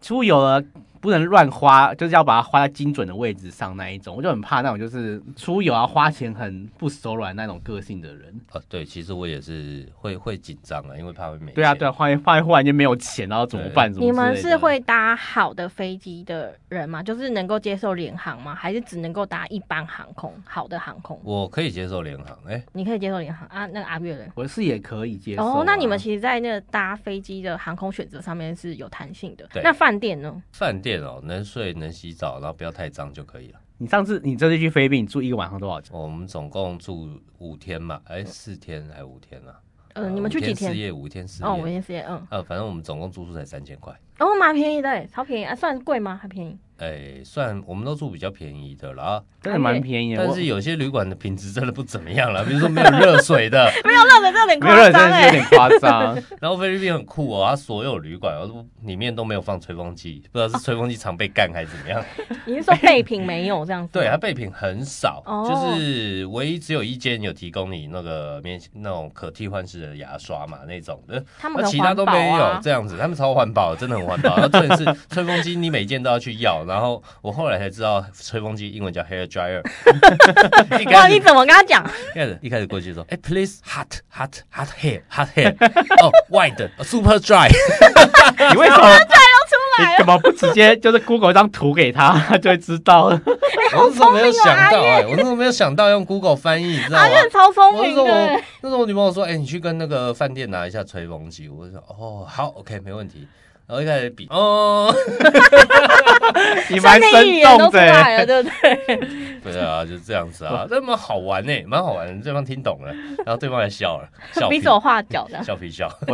Speaker 5: 出游了不能乱花，就是要把它花在精准的位置上那一种。我就很怕那种就是出游啊花钱很不手软那种个性的人。
Speaker 6: 啊，对，其实我也是会会紧张啊，因为怕会没
Speaker 5: 对啊，
Speaker 6: 钱
Speaker 5: 对啊，，忽然忽然忽然间没有钱，然后怎么办？
Speaker 4: 你们
Speaker 5: 什么之类
Speaker 4: 是
Speaker 5: 的
Speaker 4: 会搭好的飞机的人吗？就是能够接受联航吗？还是只能够搭一般航空？好的航空，
Speaker 6: 我可以接受联航，哎、
Speaker 4: 你可以接受联航啊？那个阿月人。
Speaker 5: 我是也可以接受、啊
Speaker 4: 哦，那你们。其实，在那个搭飞机的航空选择上面是有弹性的。
Speaker 6: 对
Speaker 4: 那饭店呢？
Speaker 6: 饭店哦，能睡能洗澡，然后不要太脏就可以了。哦
Speaker 5: 你上次你这次去菲律宾，你住一个晚上多少钱？
Speaker 6: 我们总共住五天嘛，哎、四天还五天啊？
Speaker 4: 呃，你们去几
Speaker 6: 五天？四
Speaker 4: 天？
Speaker 6: 夜，五天四夜。
Speaker 4: 哦，我也是，嗯，
Speaker 6: 呃，反正我们总共住宿才三千块，
Speaker 4: 哦，蛮便宜的欸，超便宜，啊，算贵吗？还便宜。
Speaker 6: 哎、算我们都住比较便宜的啦。
Speaker 5: 真的
Speaker 4: 啊
Speaker 5: 蛮便宜的，
Speaker 6: 但
Speaker 5: 我
Speaker 6: 是有些旅馆的品质真的不怎么样了，比如说没有热水的。
Speaker 4: 没有热水，这有点
Speaker 5: 没有热
Speaker 4: 夸
Speaker 5: 水真
Speaker 4: 张
Speaker 5: 的是有
Speaker 4: 哎。
Speaker 5: 点夸张。
Speaker 6: 然后菲律宾很酷哦，它所有旅馆都里面都没有放吹风机，不知
Speaker 4: 哦
Speaker 6: 道是吹风机常被干还是怎么 样。
Speaker 4: 你是说备品没有这样子？
Speaker 6: 对，啊它备品很少，
Speaker 4: 哦
Speaker 6: 就是唯一只有一间有提供你那个免那种可替换式的牙刷嘛那种的，
Speaker 4: 他们
Speaker 6: 那
Speaker 4: 很
Speaker 6: 其他都
Speaker 4: 环
Speaker 6: 没
Speaker 4: 保
Speaker 6: 有
Speaker 4: 啊
Speaker 6: 这样子，他们超环保，真的很环保。然后重点是 吹风机，你每件都要去要。然后我后来才知道，吹风机英文叫 hair dryer。一开
Speaker 4: 哇，
Speaker 6: 始
Speaker 4: 啊你怎么跟他讲？
Speaker 6: 一开始一开始过去说，哎、p l e a s e hot hot hot hair hot hair，哦、wide super dry，
Speaker 5: 你为什么你怎么不直接就是 Google 一张图给他， 他就会知道 了？
Speaker 6: 我那时候没有想到、哎，我那时候没有想到用 Google 翻译，你知道吗
Speaker 4: 哦阿？月超聪
Speaker 6: 我那
Speaker 4: 明
Speaker 6: 时候
Speaker 4: 的
Speaker 6: 我
Speaker 4: 欸。
Speaker 6: 那时候我女朋友说，哎、你去跟那个饭店拿一下吹风机，我就说，哦，好，OK，没问题。然后一开始比，哦，
Speaker 5: 你蛮
Speaker 4: 三天一
Speaker 5: 生
Speaker 4: 言
Speaker 5: 动
Speaker 4: 都出
Speaker 5: 的欸、
Speaker 4: 来了，对不对？
Speaker 6: 对啊，就这样子啊，那么好玩呢、蛮好玩的，对方听懂了，然后对方还笑了，笑
Speaker 4: 比
Speaker 6: 屁
Speaker 4: 手画脚 的。
Speaker 6: 笑屁笑，
Speaker 5: 因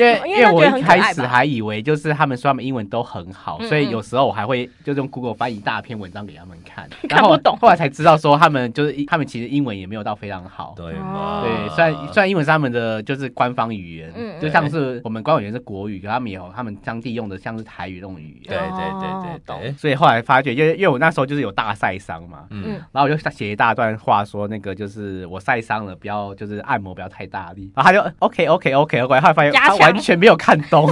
Speaker 5: 为
Speaker 4: 哦因
Speaker 5: 因
Speaker 4: 为
Speaker 5: 为我
Speaker 4: 他觉得很
Speaker 5: 一
Speaker 4: 可爱吧
Speaker 5: 开始还以为就是他们说他们英文都很好，
Speaker 4: 嗯嗯
Speaker 5: 所以有时候我还会就是用 Google 翻一大篇文章给他们 看，
Speaker 4: 看
Speaker 5: 然
Speaker 4: 不
Speaker 5: 后
Speaker 4: 懂
Speaker 5: 后来才知道说他们就是他们其实英文也没有到非常好。
Speaker 6: 对
Speaker 4: 哦
Speaker 6: 嘛？
Speaker 5: 对，虽然虽然英文是他们的就是官方语言，
Speaker 4: 嗯嗯
Speaker 5: 就像是我们官方语言是国语，可他们也有他们当地用的像是台语那种语
Speaker 6: 对
Speaker 5: 言。
Speaker 4: 哦
Speaker 6: 对对对对，
Speaker 5: 所以后来发觉，因为因为我那时候就是有大晒伤嘛，
Speaker 6: 嗯，
Speaker 5: 然后我就写一大段话说那个就是我晒伤了，不要就是按摩不要太大力。然后他就 OK OK OK OK，后来发现
Speaker 4: 加
Speaker 5: 他
Speaker 4: 强
Speaker 5: 完全没有看懂，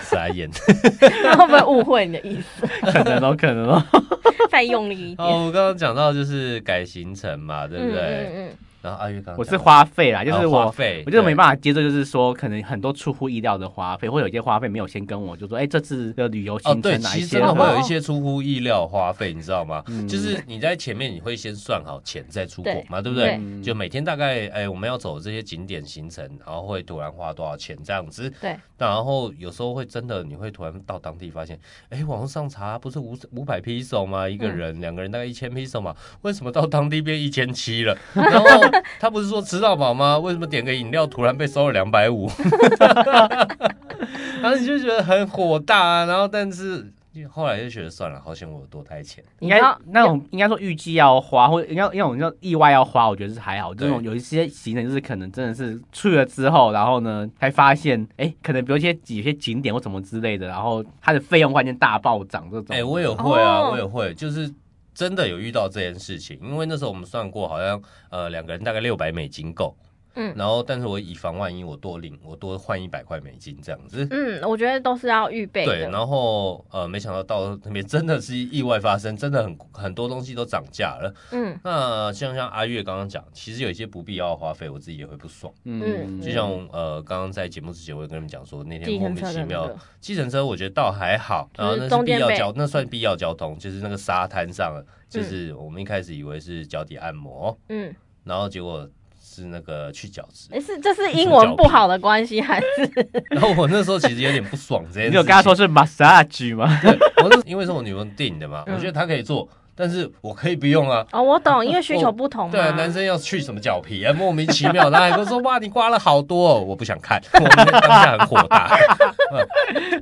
Speaker 6: 傻眼。
Speaker 4: 会不会误会你的意思？
Speaker 5: 可能哦可能哦。
Speaker 4: 再用力一点。
Speaker 6: 哦，我刚刚讲到就是改行程嘛，对不对？
Speaker 4: 嗯嗯
Speaker 6: 然后阿月刚刚
Speaker 5: 我
Speaker 6: 讲
Speaker 5: 是花费啦，就是
Speaker 6: 啊
Speaker 5: 我
Speaker 6: 花费
Speaker 5: 我就是没
Speaker 6: 对
Speaker 5: 办法接受，就是说可能很多出乎意料的花费，或者有些花费没有先跟我就说，哎，这次的旅游
Speaker 6: 哦，
Speaker 5: 行
Speaker 6: 对，
Speaker 5: 程哪
Speaker 6: 其
Speaker 5: 一
Speaker 6: 实
Speaker 5: 些
Speaker 6: 真的会
Speaker 5: 合
Speaker 6: 有一些出乎意料的花费，你知道吗？
Speaker 5: 嗯
Speaker 6: 就是你在前面你会先算好钱再出国嘛，对不
Speaker 4: 对
Speaker 6: 对？
Speaker 5: 嗯
Speaker 6: 就每天大概哎、我们要走这些景点行程，然后会突然花多少钱这样子。
Speaker 4: 对，
Speaker 6: 然后有时候会真的你会突然到当地发现，哎、网络上查不是五五百 p 手吗？一个人、两个人大概一千 p 手嘛，为什么到当地变一千七了？然后他不是说吃到饱吗？为什么点个饮料突然被收了两百五？ 然后你就觉得很火大啊，然后但是后来就觉得算了，好险我有多带钱。
Speaker 5: 应该
Speaker 4: 你知道
Speaker 5: 那种应该说预计要花，或者应该那种叫意外要花，我觉得是还好。这种有一些行程就是可能真的是去了之后，然后呢才发现，哎、可能比如一些有些景点或什么之类的，然后它的费用忽然间大暴涨这种。
Speaker 6: 哎、我也会啊，
Speaker 4: 哦
Speaker 6: 我也会，就是真的有遇到这件事情，因为那时候我们算过，好像呃两个人大概六百美金够，
Speaker 4: 嗯
Speaker 6: 然后但是我以防万一，我多领我多换一百块美金这样子。
Speaker 4: 嗯，我觉得都是要预备
Speaker 6: 对，
Speaker 4: 的。
Speaker 6: 然后呃，没想到到那边真的是意外发生，真的很很多东西都涨价了。
Speaker 4: 嗯
Speaker 6: 那像像阿月刚刚讲，其实有一些不必要的花费，我自己也会不爽。
Speaker 4: 嗯
Speaker 6: 就像呃，刚刚在节目之前，我也跟你们讲说，那天
Speaker 4: 计
Speaker 6: 莫
Speaker 4: 程
Speaker 6: 名
Speaker 4: 车
Speaker 6: 其
Speaker 4: 的那
Speaker 6: 妙
Speaker 4: 个，
Speaker 6: 计程车我觉得倒还好，然后
Speaker 4: 就是
Speaker 6: 那是
Speaker 4: 中
Speaker 6: 必
Speaker 4: 间嗯
Speaker 6: 要
Speaker 4: 被
Speaker 6: 交，那算必要交通，就是那个沙滩上，就是我们一开始以为是脚底按摩，
Speaker 4: 嗯，
Speaker 6: 然后结果是那个去角质，
Speaker 4: 诶是这 是英文不好的关系，还是
Speaker 6: 然后我那时候其实有点不爽这件事
Speaker 5: 你
Speaker 6: 情。
Speaker 5: 有跟他说，是 massage 吗？
Speaker 6: 我那因为是我女朋友订的嘛，我觉
Speaker 4: 嗯
Speaker 6: 得她可以做，但是我可以不用啊。
Speaker 4: 哦，我懂，因为需求不同嘛。
Speaker 6: 对啊，男生要去什么脚皮啊，莫名其妙，然后还跟我说哇，你刮了好多、哦，我不想 看，我当下很火大。 嗯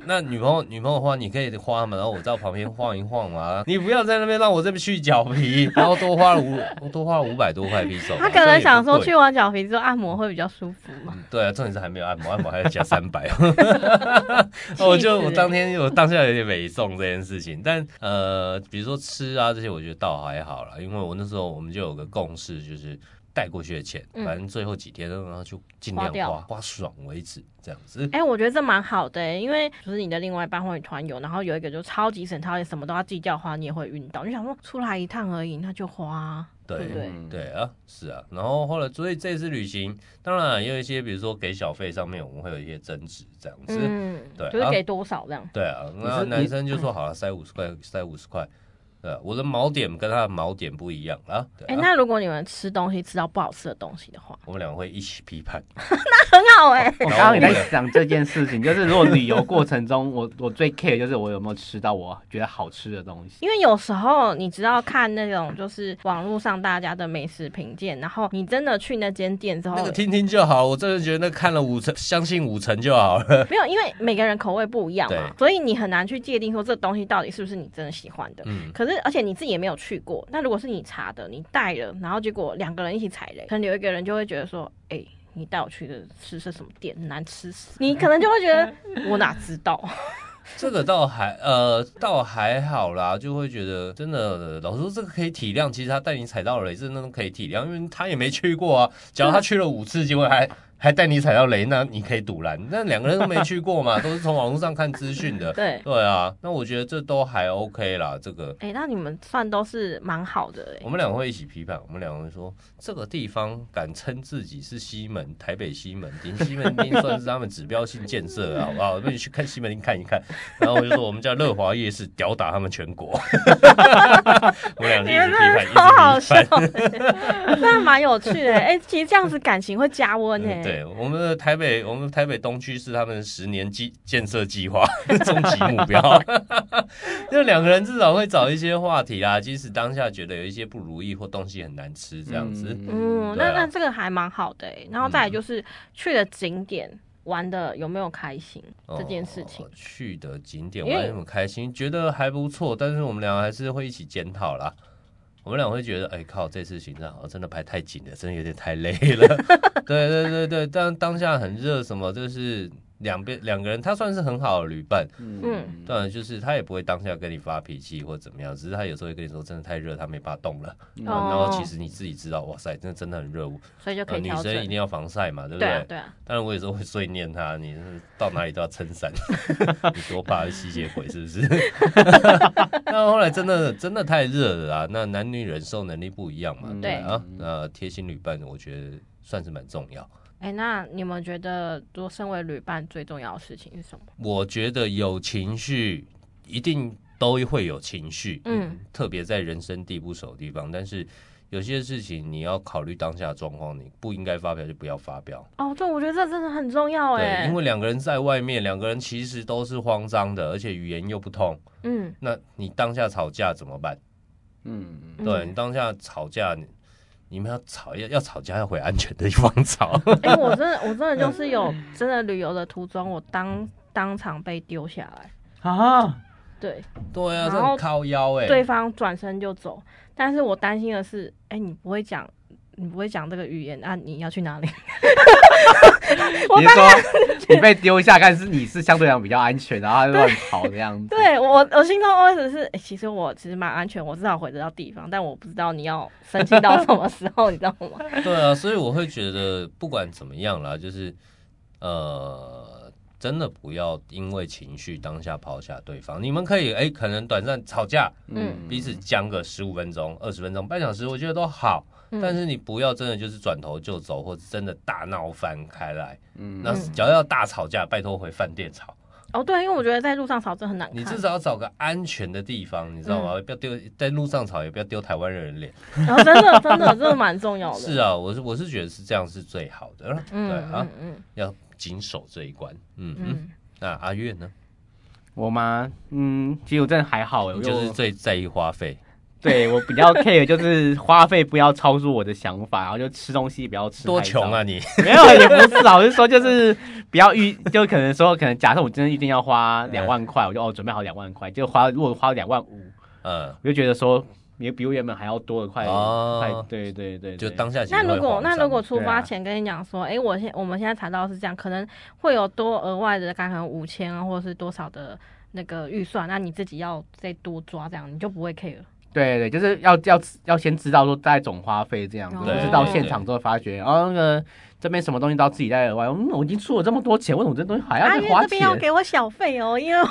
Speaker 6: 那女朋友女朋友的话，你可以花嘛，然后我在旁边晃一晃嘛，你不要在那边让我这边去脚皮，然后多花了五多花了五百多块币手，
Speaker 4: 他可能想说
Speaker 6: 这也
Speaker 4: 去
Speaker 6: 不贵。
Speaker 4: 完脚皮之后按摩会比较舒服嘛。
Speaker 6: 对啊，重点是还没有按摩，按摩还要加三 百。哦我就我当天我当下有点美送这件事情，但呃，比如说吃啊这些，我觉得倒还好啦，因为我那时候我们就有个共识，就是带过去的钱，
Speaker 4: 嗯
Speaker 6: 反正最后几天然后就尽量
Speaker 4: 花掉
Speaker 6: 花，花爽为止，这样子。
Speaker 4: 哎、我觉得这蛮好的、因为就是你的另外一半或你团友，然后有一个就超级省，超级什么都要计较的话，你也会晕倒。你想说出来一趟而已，那就花啊，对不对？
Speaker 5: 嗯
Speaker 6: 对啊，是啊，然后后来，所以这次旅行，当然也有一些，比如说给小费上面，我们会有一些争执，这样子。
Speaker 4: 嗯，
Speaker 6: 对
Speaker 4: 就是
Speaker 6: 啊
Speaker 4: 给多少这样。
Speaker 6: 对啊，那
Speaker 5: 你
Speaker 6: 男生就说好了，塞五十块，塞五十块。对、啊，我的锚点跟他的锚点不一样啊。对
Speaker 4: 哎、
Speaker 6: 啊，
Speaker 4: 那如果你们吃东西吃到不好吃的东西的话，
Speaker 6: 我们两个会一起批判。
Speaker 4: 哦很好哎、
Speaker 5: 我刚刚也在想这件事情，就是如果旅游过程中，我我最 care 就是我有没有吃到我觉得好吃的东西。
Speaker 4: 因为有时候你知道看那种就是网络上大家的美食评鉴，然后你真的去那间店之后
Speaker 6: 那，个听听就好，我真的觉得那看了五成，相信五成就好了。
Speaker 4: 没有，因为每个人口味不一样嘛，所以你很难去界定说这东西到底是不是你真的喜欢的。
Speaker 6: 嗯，
Speaker 4: 可是，而且你自己也没有去过，那如果是你查的，你带了，然后结果两个人一起踩雷，可能有一个人就会觉得说，哎、你带我去的吃是什么店，难吃死！你可能就会觉得我哪知道？
Speaker 6: 这个倒还呃倒还好啦，就会觉得真的，老实说这个可以体谅。其实他带你踩到雷，真的都可以体谅，因为他也没去过啊。假如他去了五次，结果还还带你踩到雷，那你可以堵拦。那两个人都没去过嘛，都是从网络上看资讯的。
Speaker 4: 对，
Speaker 6: 对啊，那我觉得这都还 OK 啦。这个
Speaker 4: 哎、那你们算都是蛮好的、哎
Speaker 6: 我们两个会一起批判，我们两个会说这个地方敢称自己是西门，台北西门町，西门町算是他们指标性建设啊了，好不好？那你去看西门町看一看。然后我就说我们叫乐华夜市屌打他们全 国，我们两个
Speaker 4: 你
Speaker 6: 一直
Speaker 4: 们
Speaker 6: 批判，
Speaker 4: 真的超好
Speaker 6: 一直
Speaker 4: 笑
Speaker 6: 批判。
Speaker 4: 的， 真的蛮有趣的、哎、其实这样子感情会加温哎、
Speaker 6: 嗯对，我们的台北，我们台北东区是他们十年计建设计划 终极目标。 就两个人至少会找一些话题啦，即使当下觉得有一些不如意或东西很难吃这样子。
Speaker 4: 嗯，
Speaker 6: 对啊
Speaker 4: 那
Speaker 6: 嗯
Speaker 4: 那这个还蛮好的、哎。然后再来就是、去了景点玩的有没有开心、这件事情
Speaker 6: 哦。去的景点
Speaker 4: 因为
Speaker 6: 玩得很开心，觉得还不错，但是我们俩还是会一起检讨啦。我们俩会觉得，哎、靠，这次行程好像真的排太紧了，真的有点太累了。 对对对对，但当下很热，什么就是两边两个人，他算是很好的旅伴，
Speaker 4: 嗯
Speaker 6: 当然就是他也不会当下跟你发脾气或怎么样，只是他有时候会跟你说，真的太热，他没办法动了。 然后然后其实你自己知道，哇塞，真的真的很热，
Speaker 4: 所以就哦可
Speaker 6: 呃
Speaker 4: 以
Speaker 6: 女
Speaker 4: 调整。
Speaker 6: 生一定要防晒嘛，对不
Speaker 4: 对啊，对啊，
Speaker 6: 当然，我有时候会碎念他，你是到哪里都要撑伞， 你多怕是吸血鬼是 不是？但后来真的真的太热了啊！那男女忍受能力不一样嘛，
Speaker 5: 嗯
Speaker 6: 对啊
Speaker 5: 对，
Speaker 6: 那贴心旅伴我觉得算是蛮重要。
Speaker 4: 哎、那你们觉得，做身为旅伴最重要的事情是什么？
Speaker 6: 我觉得有情绪一定都会有情绪，
Speaker 4: 嗯，
Speaker 6: 特别在人生地不熟的地方，但是。有些事情你要考虑当下的状况，你不应该发表就不要发表。
Speaker 4: 哦，对，我觉得这真的很重要哎、
Speaker 6: 对，因为两个人在外面，两个人其实都是慌张的，而且语言又不通。
Speaker 4: 嗯，
Speaker 6: 那你当下吵架怎么办？
Speaker 5: 嗯嗯，
Speaker 6: 对你当下吵架，你你们要吵要要吵架要回安全的地方 吵。
Speaker 4: 哎、我真的，我真的就是有
Speaker 6: 嗯
Speaker 4: 真的旅游的途中，我当当场被丢下来，
Speaker 5: 啊，
Speaker 4: 对，
Speaker 6: 对啊，
Speaker 4: 然
Speaker 6: 这
Speaker 4: 后
Speaker 6: 很靠腰哎、
Speaker 4: 对方转身就走，但是我担心的是，哎、你不会讲。你不会讲这个语言啊？你要去哪里？ 我
Speaker 5: 你是
Speaker 4: 当
Speaker 5: 说你被丢一下，但是你是相对来讲比较安全， 然后他就乱跑这样子。
Speaker 4: 对我，我心中 OS 是、哎，其实我其实蛮安全，我至少回得到地方，但我不知道你要生气到什么时候，你知道吗？
Speaker 6: 对啊，所以我会觉得不管怎么样啦，就是呃，真的不要因为情绪当下抛下对方。你们可以哎、可能短暂吵架，
Speaker 4: 嗯
Speaker 6: 彼此僵个十五分钟、二十分钟、半小时，我觉得都好。
Speaker 4: 嗯
Speaker 6: 但是你不要真的就是转头就走，或是真的大闹翻开来。
Speaker 5: 嗯
Speaker 6: 那只要要大吵架，拜托回饭店吵。
Speaker 4: 哦，对，因为我觉得在路上吵真的很难看。嗯
Speaker 6: 你至少要找个安全的地方，你知道吗？不要丢在路上吵，也不要丢台湾人脸。
Speaker 4: 然哦后真的真的真的蛮重要的。
Speaker 6: 是
Speaker 4: 啊，
Speaker 6: 啊，我是我是觉得是这样是最好的，
Speaker 4: 嗯
Speaker 6: 对啊
Speaker 4: 嗯，嗯
Speaker 6: 要谨守这一关。嗯嗯，
Speaker 4: 嗯，
Speaker 6: 那阿月呢？
Speaker 5: 我吗？嗯，其实我真的还好，
Speaker 6: 你
Speaker 5: 我
Speaker 6: 就是最在意花费，
Speaker 5: 对我比较 care 就是花费不要超出我的想法，然后就吃东西不要吃
Speaker 6: 多
Speaker 5: 太
Speaker 6: 穷
Speaker 5: 少
Speaker 6: 啊！你！
Speaker 5: 没有，也不是啊，我是说就是不要预，就可能说可能假设我真的预定要花两万块，我就哦准备好两万块，就花如果花两万五，
Speaker 6: 嗯，
Speaker 5: 我就觉得说也比我原本还要多的快
Speaker 6: 哦
Speaker 5: 快，对对对，
Speaker 6: 就
Speaker 5: 对
Speaker 6: 当下其实
Speaker 4: 那如
Speaker 6: 会
Speaker 4: 果
Speaker 6: 慌张
Speaker 4: 那如果出
Speaker 5: 对啊
Speaker 4: 发前跟你讲说，哎、我现我们现在查到是这样，可能会有多额外的，刚能五千啊，或者是多少的那个预算，那你自己要再多抓，这样你就不会 care。
Speaker 5: 对对，就是要要要先知道说大概总花费这样子，
Speaker 1: 哦
Speaker 5: 就是到现场之后发觉，哦，那个这边什么东西都要自己带额外，嗯，我已经出了这么多钱，为什么这东西还要
Speaker 4: 阿
Speaker 5: 再
Speaker 4: 月
Speaker 5: 花
Speaker 4: 啊这边要
Speaker 5: 钱？
Speaker 4: 给我小费哦，因为我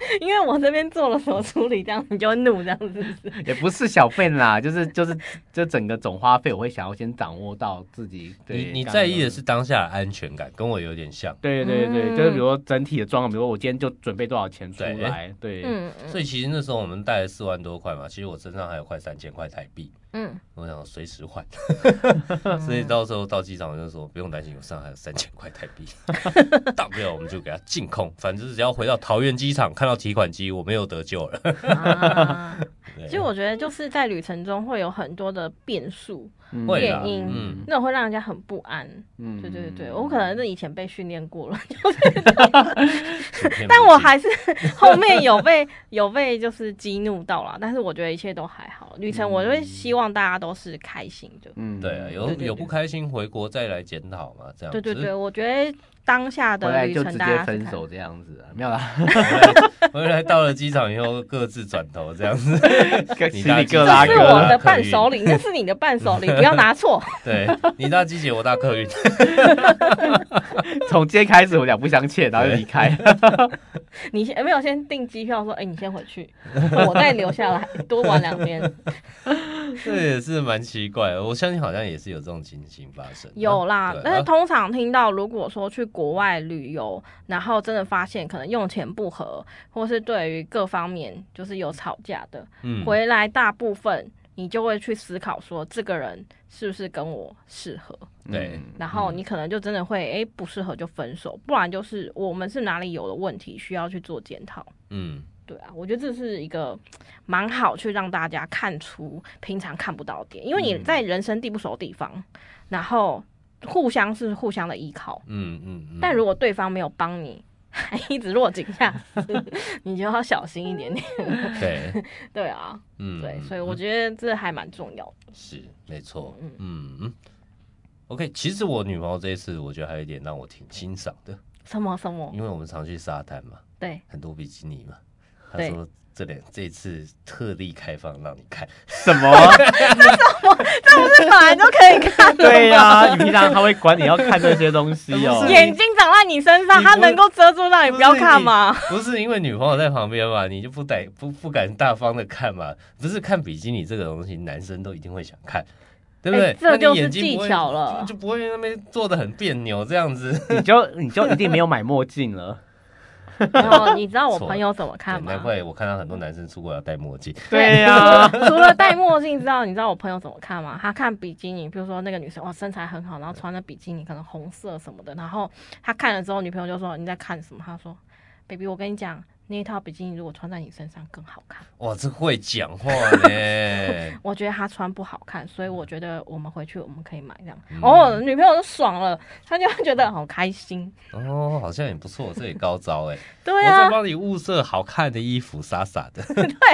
Speaker 4: 因为我这边做了什么处理，这样你就会怒这样子。
Speaker 5: 也不是小费啦，就是就是这整个总花费，我会想要先掌握到自己。对
Speaker 6: 你你
Speaker 5: 刚
Speaker 6: 在
Speaker 5: 刚
Speaker 6: 意的是当下的安全感，跟我有点像。
Speaker 5: 对对对，
Speaker 4: 嗯
Speaker 5: 就是比如说整体的状况，比如说我今天就准备多少钱出
Speaker 6: 对
Speaker 5: 来，对，
Speaker 4: 嗯
Speaker 6: 所以其实那时候我们带了四万多块嘛，其实我身上还有快三千块台币，
Speaker 4: 嗯，
Speaker 6: 我想随时 换，所以到时候到机场我就说不用担心，我身上还有三千块台 币，大不了我们就给它净空，反正只要回到桃园机场看到提款机，我们又得救了。
Speaker 4: 啊
Speaker 6: 对
Speaker 4: 其实我觉得就是在旅程中会有很多的变数，
Speaker 5: 嗯
Speaker 6: 会
Speaker 4: 变
Speaker 6: 啦
Speaker 4: 音，
Speaker 6: 嗯
Speaker 4: 那种会让人家很不安。
Speaker 5: 嗯
Speaker 4: 对对对，我可能是以前被训练过了，
Speaker 6: 请骗不
Speaker 4: 但 我
Speaker 6: 进
Speaker 4: 还是后面有被有被就是激怒到啦。但是我觉得一切都还好，旅程我就会希望大家都是开心的。
Speaker 5: 嗯
Speaker 6: 对啊，有
Speaker 4: 对对
Speaker 6: 有不开心回国再来检讨嘛，这样
Speaker 4: 对对
Speaker 6: 只是
Speaker 4: 对，我觉得当下
Speaker 5: 回
Speaker 4: 的
Speaker 5: 来
Speaker 4: 旅
Speaker 5: 就直
Speaker 4: 程大家
Speaker 5: 接
Speaker 4: 是
Speaker 5: 分
Speaker 4: 开
Speaker 5: 手这样子啊，没有啦，
Speaker 6: 回来到了机场以后，各自转头这样 子。你
Speaker 5: 你
Speaker 6: 大
Speaker 5: 各
Speaker 6: 大
Speaker 5: 拉
Speaker 4: 这
Speaker 5: 各
Speaker 4: 是
Speaker 6: 哥
Speaker 4: 我
Speaker 5: 啦
Speaker 4: 的伴手 礼，那是你的伴手礼，不要拿错。
Speaker 6: 对你搭机姐，我搭客运。
Speaker 5: 从今天开始我俩不相欠，然后就离开。
Speaker 4: 你先没有先订机票，说，哎、你先回去，我再留下来多玩两天。
Speaker 6: 这也是蛮奇怪的，我相信好像也是有这种情形发生。
Speaker 4: 有啦
Speaker 6: 对，
Speaker 4: 但是
Speaker 6: 啊
Speaker 4: 通常听到，如果说去国外旅游，然后真的发现可能用钱不合，或是对于各方面就是有吵架的，
Speaker 6: 嗯
Speaker 4: 回来大部分你就会去思考说，这个人是不是跟我适合，
Speaker 6: 对
Speaker 5: 嗯
Speaker 4: 然后你可能就真的会哎、不适合就分手，不然就是我们是哪里有的问题需要去做检讨。
Speaker 6: 嗯，
Speaker 4: 对啊，我觉得这是一个蛮好去让大家看出平常看不到的点，因为你
Speaker 5: 嗯
Speaker 4: 在人生地不熟的地方，然后互相是互相的依靠，
Speaker 6: 嗯嗯嗯。
Speaker 4: 但如果对方没有帮你， 还一直落井下石， 你就要小心一点 点。
Speaker 6: 对，
Speaker 4: 对啊，
Speaker 6: 嗯，
Speaker 4: 对，
Speaker 6: 嗯
Speaker 4: 所以我觉得这还蛮重要的。
Speaker 6: 是没错
Speaker 4: 嗯，
Speaker 6: 嗯嗯。OK，其实我女朋友这一次，我觉得还有一点让我挺欣赏的，
Speaker 4: 什么什么？
Speaker 6: 因为我们常去沙滩嘛，
Speaker 4: 对，
Speaker 6: 很多比基尼嘛，她
Speaker 4: 对
Speaker 6: 说这两这一次特地开放让你看，
Speaker 5: 什么？
Speaker 4: 这本来啊就可 以看 的。
Speaker 5: 对 呀，你平常他会管你要看这些东西 哦。
Speaker 6: 不是
Speaker 4: 眼睛长在你身上，
Speaker 6: 你不
Speaker 4: 它能够遮住让你不要看吗？
Speaker 6: 不是因为女朋友在旁边嘛，你就不得不不敢大方的看嘛？不是看比基尼这个东西，男生都一定会想看，对不对？
Speaker 4: 哎这
Speaker 6: 那你
Speaker 4: 就是
Speaker 6: 眼睛不会
Speaker 4: 技巧了
Speaker 6: 就就不会那边做的很别扭这样子。
Speaker 5: 你就你就一定没有买墨镜了。
Speaker 4: 然后你知道我朋友怎么 看吗
Speaker 6: 难？怪我看到很多男生出国要戴墨镜，
Speaker 5: 对呀，
Speaker 4: 除了戴墨镜之外，你知道我朋友怎么看吗？他看比基尼，比如说那个女生哇身材很好，然后穿的比基尼可能红色什么的，然后他看了之后，女朋友就说你在看什么？他说，baby，我跟你讲，那一套比基尼如果穿在你身上更好看。。
Speaker 6: 哇，这会讲话呢
Speaker 4: 我觉得他穿不好看，所以我觉得我们回去我们可以买这样。
Speaker 6: 嗯
Speaker 4: 哦，女朋友就爽了，她就觉得好开心。
Speaker 6: 哦，好像也不错，这也高招哎、
Speaker 4: 对
Speaker 6: 我在
Speaker 4: 啊，
Speaker 6: 帮你物色好看的衣服，傻傻的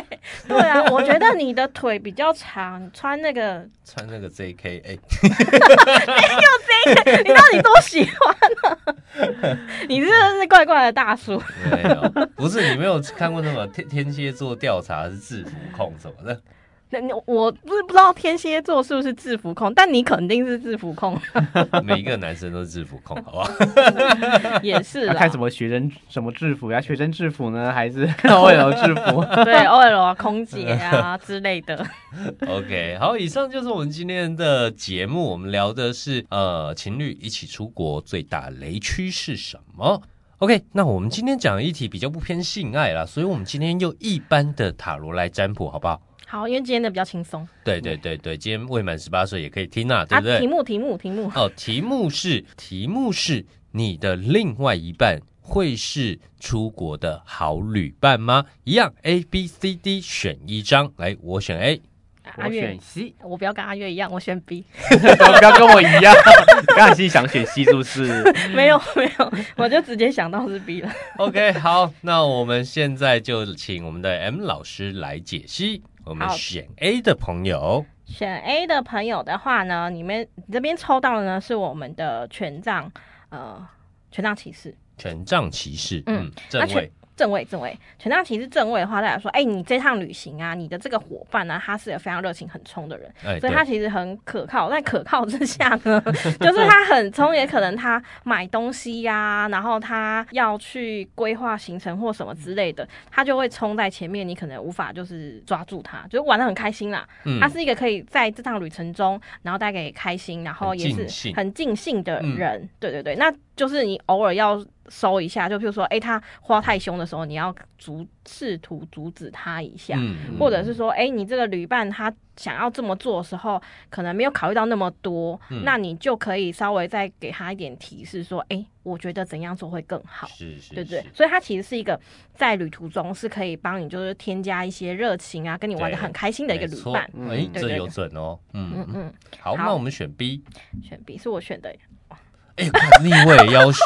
Speaker 4: 对啊，我觉得你的腿比较长，穿那个，
Speaker 6: 穿那个 JK，哎、
Speaker 4: 你到底多喜欢呢、 你真的是怪怪的大叔。
Speaker 6: 没有，不是你没有看过什么天天蝎座调查是制服控什么的。
Speaker 4: 那你我不是不知道天蝎座是不是制服控，但你肯定是制服控，
Speaker 6: 每一个男生都是制服控，好不 好？
Speaker 4: 也 是啊
Speaker 5: 要
Speaker 4: 啦。
Speaker 5: 看什么学生什么制服呀？学生制服呢，还 是 OL 制 服？
Speaker 4: 对，OL 啊，空姐 啊之类的。
Speaker 6: OK，好，以上就是我们今天的节目，我们聊的是呃，情侣一起出国最大雷区是什么？OK，那我们今天讲的议题比较不偏性爱啦，所以我们今天用一般的塔罗来占卜，好不好？
Speaker 4: 好，因为今天的比较轻松
Speaker 6: 对对对对，今天未满十八岁也可以听啊，对不
Speaker 4: 啊。
Speaker 6: 对？
Speaker 4: 题目题目题目，
Speaker 6: 哦，题目是题目是你的另外一半会是出国的好旅伴吗？一样，A B C D 选一张，来，我选 A，
Speaker 4: 阿
Speaker 5: 我
Speaker 4: 月
Speaker 5: 选，C，
Speaker 4: 我不要跟阿月一样，我选 B。
Speaker 5: 不要跟我一样。你刚才心里想选 C 是不是？
Speaker 4: 没有没有，我就直接想到是 B 了。
Speaker 6: OK，好，那我们现在就请我们的 M 老师来解析。我们
Speaker 4: 好
Speaker 6: 选 A 的朋友，
Speaker 4: 选 A 的朋友的话呢，你们你这边抽到的呢是我们的权杖，呃，权杖骑士。
Speaker 6: 权杖骑士，
Speaker 4: 嗯
Speaker 6: 嗯，正
Speaker 4: 那
Speaker 6: 位，
Speaker 4: 正位正位，权杖骑士正位的话，代表说，哎、你这趟旅行啊，你的这个伙伴呢、他是有非常热情很冲的人，
Speaker 6: 哎，
Speaker 4: 所
Speaker 6: 对
Speaker 4: 以，他其实很可靠。 在可靠之下呢， 就是他很冲，也可能他买东西呀、然后他要去规划行程或什么之类的，他就会冲在前面，你可能无法就是抓住他，就是玩的很开心啦。
Speaker 6: 嗯
Speaker 4: 他是一个可以在这趟旅程中，然后带给开心，然后
Speaker 6: 很
Speaker 4: 也
Speaker 6: 尽
Speaker 4: 是
Speaker 6: 兴嗯
Speaker 4: 很尽兴的人。对对对，那就是你偶尔要收一下，就譬如说，哎、他花太凶的时候，你要阻试图阻止他一下。
Speaker 6: 嗯
Speaker 4: 或者是说，哎、你这个旅伴他想要这么做的时候，可能没有考虑到那么多，
Speaker 6: 嗯
Speaker 4: 那你就可以稍微再给他一点提示，说，哎、我觉得怎样做会更好。
Speaker 6: 是是，
Speaker 4: 对不对
Speaker 6: 是？
Speaker 4: 所以它其实是一个在旅途中是可以帮你就是添加一些热情啊，跟你玩的
Speaker 6: 对
Speaker 4: 很开心的一个旅伴。
Speaker 6: 没错哎
Speaker 5: 嗯，
Speaker 4: 对
Speaker 6: 这
Speaker 4: 对
Speaker 6: 有准哦，
Speaker 4: 嗯
Speaker 6: 嗯，嗯
Speaker 4: 嗯，
Speaker 6: 好，
Speaker 4: 好
Speaker 6: 那我们选 B，
Speaker 4: 选 B 是我选的，
Speaker 6: 哎，看逆位要求，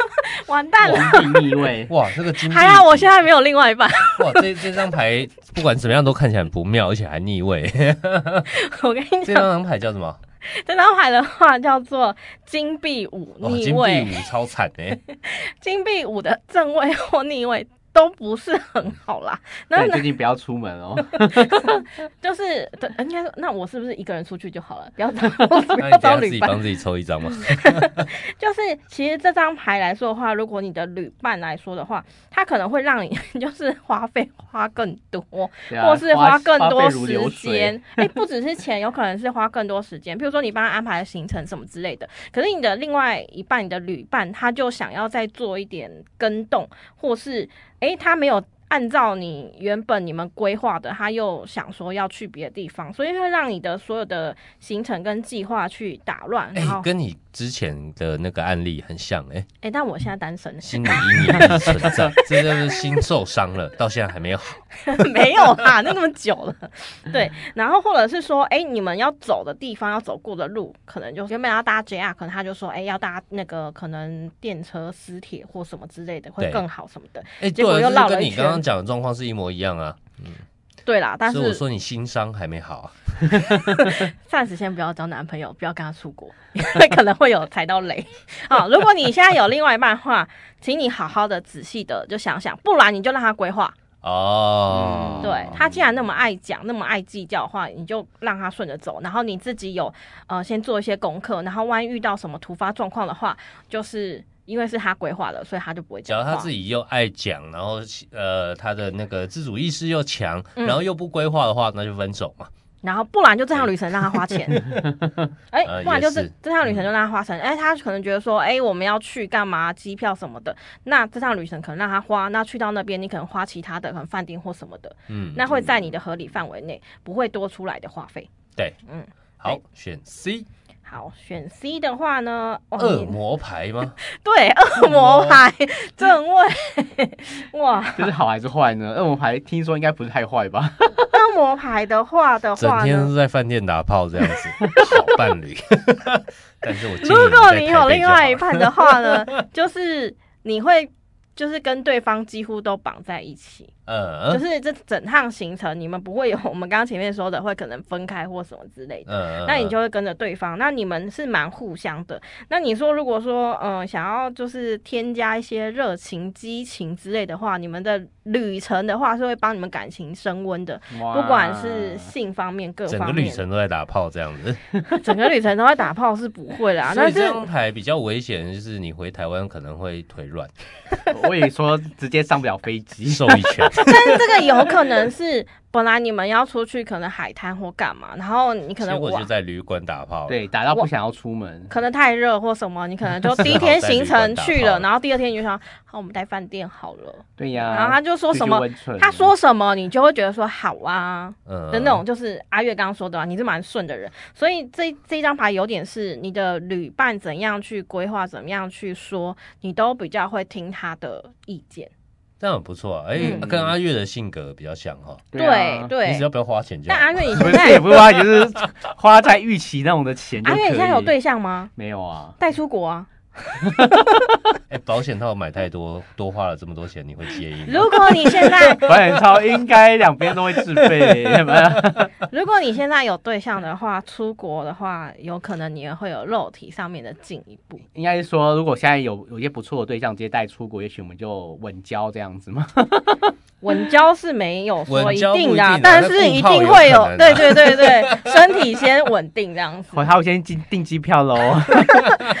Speaker 4: 完蛋了，
Speaker 5: 王品逆 位，
Speaker 6: 哇，这个金币
Speaker 4: 还好我现在没有另外一半，
Speaker 6: 哇，这这张牌不管怎么样都看起来很不妙，而且还逆位，
Speaker 4: 我跟你
Speaker 6: 这
Speaker 4: 讲，
Speaker 6: 张牌叫什么？
Speaker 4: 这张牌的话叫做金币五
Speaker 6: 哇，
Speaker 4: 逆
Speaker 6: 哦金
Speaker 4: 位，
Speaker 6: 币五超惨 哎，
Speaker 4: 金币五的正位或逆位都不是很好啦。然后
Speaker 5: 对，
Speaker 4: 呢
Speaker 5: 最，近不要出门 哦。
Speaker 4: 就是对，呃应该说，那我是不是一个人出去就好了？不要 找不
Speaker 6: 那
Speaker 4: 要
Speaker 6: 你等
Speaker 4: 找
Speaker 6: 一下自
Speaker 4: 旅
Speaker 6: 己
Speaker 4: 伴
Speaker 6: 帮。自己抽一张嘛，
Speaker 4: 就是其实这张牌来说的话，如果你的旅伴来说的话，它可能会让你 就是花费花更多，
Speaker 5: 对啊
Speaker 4: 或是
Speaker 5: 花
Speaker 4: 更
Speaker 5: 花
Speaker 4: 多
Speaker 5: 费如流
Speaker 4: 时间
Speaker 5: 水。。
Speaker 4: 哎、不只是钱，有可能是花更多时间。比如说你帮他安排行程什么之类的，可是你的另外一半，你的旅伴，他就想要再做一点跟动，或是哎、他没有。按照你原本你们规划的，他又想说要去别的地方，所以会让你的所有的行程跟计划去打乱。
Speaker 6: 哎
Speaker 4: 然后，，哎、
Speaker 6: 跟你之前的那个案例很像哎，
Speaker 4: 但我现在单身，
Speaker 6: 心理阴影一直存在，这就是心受伤了，到现在还没有 好，
Speaker 4: 没有啦， 那那么久了。对，然后或者是说，哎、你们要走的地方，要走过的路，可能就是原本要搭 JR，可能他就说，哎、要搭那个可能电车、私铁或什么之类的，会
Speaker 6: 对
Speaker 4: 更好什么的。
Speaker 6: 哎，
Speaker 4: 结
Speaker 6: 对
Speaker 4: 果
Speaker 6: 啊，
Speaker 4: 又绕
Speaker 6: 这
Speaker 4: 了
Speaker 6: 跟
Speaker 4: 一
Speaker 6: 你
Speaker 4: 圈
Speaker 6: 刚刚讲的状况是一模一样啊，
Speaker 4: 对啦，但
Speaker 6: 所以我
Speaker 4: 是
Speaker 6: 说你心伤还没好啊。
Speaker 4: 暂时先不要交男朋友，不要跟他出国， 因为可能会有踩到雷 啊。如果你现在有另外一半的话，请你好好的、仔细的就想想，不然你就让他规划。
Speaker 6: 哦，
Speaker 4: 对他既然那么爱讲，那么爱计较的话，你就让他顺着走，然后你自己有呃先做一些功课，然后万一遇到什么突发状况的话，就是因为是他规划的，所以他就不会
Speaker 6: 假
Speaker 4: 讲
Speaker 6: 如
Speaker 4: 话。
Speaker 6: 他自己又爱讲，然后呃他的那个自主意识又强，
Speaker 4: 嗯
Speaker 6: 然后又不规划的话，那就分手嘛。
Speaker 4: 然后不然就这趟旅程让他花 钱，哎、
Speaker 6: 呃
Speaker 4: 不然就
Speaker 6: 也嗯
Speaker 4: 是
Speaker 6: 是
Speaker 4: 这趟旅程就让他花钱，哎、他可能觉得说，哎、我们要去干嘛，机票什么的，那这趟旅程可能让他花，那去到那边你可能花其他的，可能饭店或什么的，
Speaker 6: 嗯，
Speaker 4: 那会在你的合理范围内，不会多出来的花费。
Speaker 6: 对，
Speaker 4: 嗯，
Speaker 6: 好，选 C
Speaker 4: 好，选 C 的话呢，哇
Speaker 6: 恶
Speaker 4: 你
Speaker 6: 魔牌吗？
Speaker 4: 对，恶魔牌正位，哇，
Speaker 5: 这是好还是坏呢？恶魔牌听说应该不是太坏吧？
Speaker 4: 恶魔牌的话的
Speaker 6: 整
Speaker 4: 话
Speaker 6: 天
Speaker 4: 呢
Speaker 6: 都，在饭店打炮这样 子，好伴侣。 但是我建议
Speaker 4: 如果
Speaker 6: 在
Speaker 4: 你
Speaker 6: 台
Speaker 4: 有
Speaker 6: 北
Speaker 4: 另
Speaker 6: 就好
Speaker 4: 外一
Speaker 6: 了
Speaker 4: 半的话呢， 就是你会。就是跟对方几乎都绑在一起，就
Speaker 6: 嗯
Speaker 4: 是这整趟行程你们不会有我们刚刚前面说的会可能分开或什么之类的，
Speaker 6: 嗯，
Speaker 4: 那你就会跟着对方，那你们是蛮互相的。那你说如果说嗯、呃想要就是添加一些热情、激情之类的话，你们的旅程的话是会帮你们感情升温的，
Speaker 5: 不
Speaker 4: 不管是性方面各
Speaker 6: 嗯整
Speaker 4: 方
Speaker 6: 个
Speaker 4: 面，
Speaker 6: 旅 程都在打炮这样子。
Speaker 4: 整个旅程都会打炮是不会啦，
Speaker 6: 所
Speaker 4: 但
Speaker 6: 以这
Speaker 4: 啊是
Speaker 6: 张牌比较危险，就是你回台湾可能会腿 软，
Speaker 5: 我也说直接上不了飞机，
Speaker 6: 受一拳。
Speaker 4: 但是这个有可能是本来你们要出去可能海滩或干嘛，然后你可
Speaker 6: 结
Speaker 4: 能
Speaker 6: 果
Speaker 4: 哇
Speaker 6: 就在旅馆打炮。
Speaker 5: 对，打到不想要出门。
Speaker 4: 可能太热或什么，你可 能就第一天行程去
Speaker 6: 只好在旅馆打
Speaker 4: 了，
Speaker 6: 炮
Speaker 4: 然后第二天你就想，好，我们待饭店好了。
Speaker 5: 对呀，
Speaker 4: 然后他就说什么
Speaker 5: 就去温泉
Speaker 4: 他说什么，你就会觉得说好啊
Speaker 6: 嗯，
Speaker 4: 的那种，就是阿月刚刚说的、啊，你是蛮顺的人，所以这这张牌有点是你的旅伴怎样去规划，怎么样去说，你都比较会听他的意见。
Speaker 6: 这样很不错、啊，哎、
Speaker 4: 嗯
Speaker 6: 跟阿月的性格比较像哈、
Speaker 5: 对 啊
Speaker 4: 对
Speaker 6: 你只要不要花钱就
Speaker 4: 但
Speaker 6: 好。
Speaker 4: 阿月你
Speaker 5: 不
Speaker 4: 现
Speaker 5: 是也
Speaker 4: 在，
Speaker 5: 不是花钱，就是花在预期那种的钱就
Speaker 4: 阿
Speaker 5: 可以。
Speaker 4: 月你现在有对象吗？
Speaker 5: 没有啊？
Speaker 4: 带出国啊？
Speaker 6: 哎，保险套买太多，多花了这么多钱，你会介意吗？
Speaker 4: 如果你现在，
Speaker 5: 保险套应该两边都会自费， 有没有
Speaker 4: 如果你现在有对象的话，出国的话，有可能你也会有肉体上面的进一步。
Speaker 5: 应该是说，如果现在有有一些不错的对象直接带出国，也许我们就稳交这样子嘛。
Speaker 4: 稳交是没有说
Speaker 6: 稳交不一
Speaker 4: 定
Speaker 6: 定
Speaker 4: 的
Speaker 6: 啊
Speaker 4: 啊，但是一定会有，
Speaker 6: 那
Speaker 4: 对
Speaker 6: 固
Speaker 4: 对对对， 身体先稳定这样子。
Speaker 5: 我他会先订订机票 喽，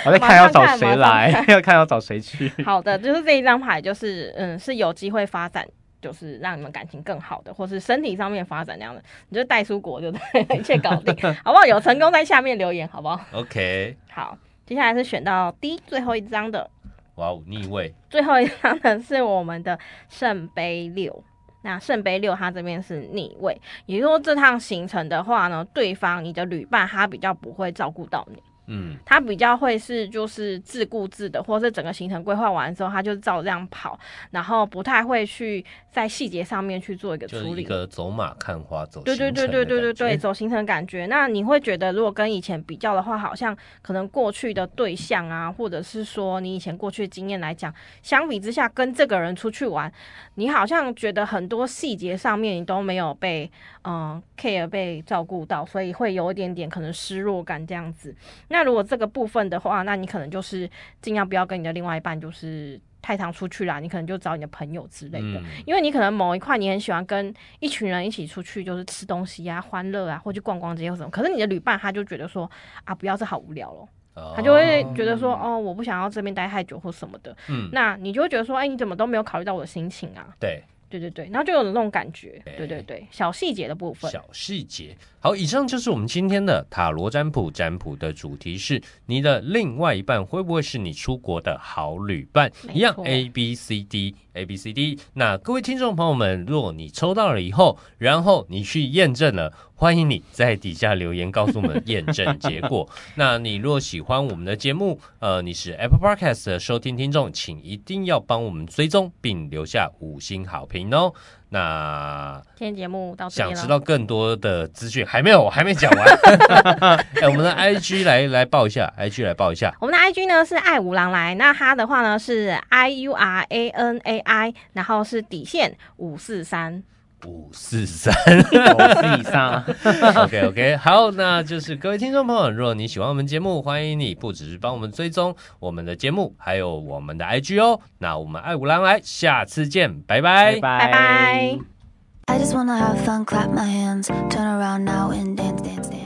Speaker 5: 我在看要找谁来，要看要找谁 去。
Speaker 4: 好的，就是这一张牌，就是嗯，是有机会发展，就是让你们感情更好的，或是身体上面发展那样的，你就带出国就对，一切搞定，好不好？有成功在下面留言，好不好？
Speaker 6: OK，
Speaker 4: 好，接下来是选到第最后一张的，
Speaker 6: 哇哦，逆位，
Speaker 4: 最后一张呢是我们的圣杯六。那圣杯六，它这边是逆位，也就是说这趟行程的话呢，对方你的旅伴他比较不会照顾到你，
Speaker 6: 嗯，
Speaker 4: 他比较会是就是自顾自的，或是整个行程规划完之后，他就照这样跑，然后不太会去在细节上面去做一个
Speaker 6: 就是
Speaker 4: 处
Speaker 6: 一
Speaker 4: 理。
Speaker 6: 个走马看花走
Speaker 4: 对对对对对对
Speaker 6: 行程的感
Speaker 4: 对，
Speaker 6: 觉，
Speaker 4: 走行程感觉。那你会觉得，如果跟以前比较的话，好像可能过去的对象啊，或者是说你以前过去的经验来讲，相比之下，跟这个人出去玩，你好像觉得很多细节上面你都没有被嗯 care 被照顾到，所以会有一点点可能失落感这样子。那如果这个部分的话，那你可能就是尽量不要跟你的另外一半就是太常出去啦，你可能就找你的朋友之类的。
Speaker 6: 嗯
Speaker 4: 因为你可能某一块你很喜欢跟一群人一起出去，就是吃东西啊、欢乐啊，或去逛逛街或什么。可是你的旅伴他就觉得说啊，不要这好无聊哦，
Speaker 6: 哦
Speaker 4: 他就会觉得说哦，我不想要这边待太久或什么的。
Speaker 6: 嗯，
Speaker 4: 那你就会觉得说，哎，你怎么都没有考虑到我的心情啊？
Speaker 6: 对，
Speaker 4: 对对对，然后就有那种感觉，
Speaker 6: 哎
Speaker 4: 对对对，小细节的部分。
Speaker 6: 小细节。好，以上就是我们今天的塔罗占卜。占卜的主题是你的另外一半会不会是你出国的好旅伴？
Speaker 4: 没
Speaker 6: 一样
Speaker 4: 错
Speaker 6: A B C D A B C D。那各位听众朋友们，如果你抽到了以后，然后你去验证了。欢迎你在底下留言告诉我们验证结 果。那你若喜欢我们的节目，呃，你是 Apple Podcast 的收听听众，请一定要帮我们追踪并留下五星好评哦。那
Speaker 4: 今天节目到这
Speaker 6: 想
Speaker 4: 边
Speaker 6: 知
Speaker 4: 了，
Speaker 6: 道更多的资讯，还没有，我还没讲完。哎、我们的 IG 来来报一下，IG 来报一下。
Speaker 4: 我们的 IG 呢是爱五郎来，那他的话呢是 I U R A N A I，然后是底线五四三。
Speaker 6: 五四三
Speaker 5: 我以 上，
Speaker 6: ，OK OK，好，那就是各位听众朋友，如果你喜欢我们节目，欢迎你不只是帮我们追踪我们的节目，还有我们的 IG 哦。那我们爱五郎来，下次见，拜
Speaker 5: 拜
Speaker 4: 拜拜。
Speaker 2: I just wanna have fun, clap my hands, turn around now and dance, dance, dance.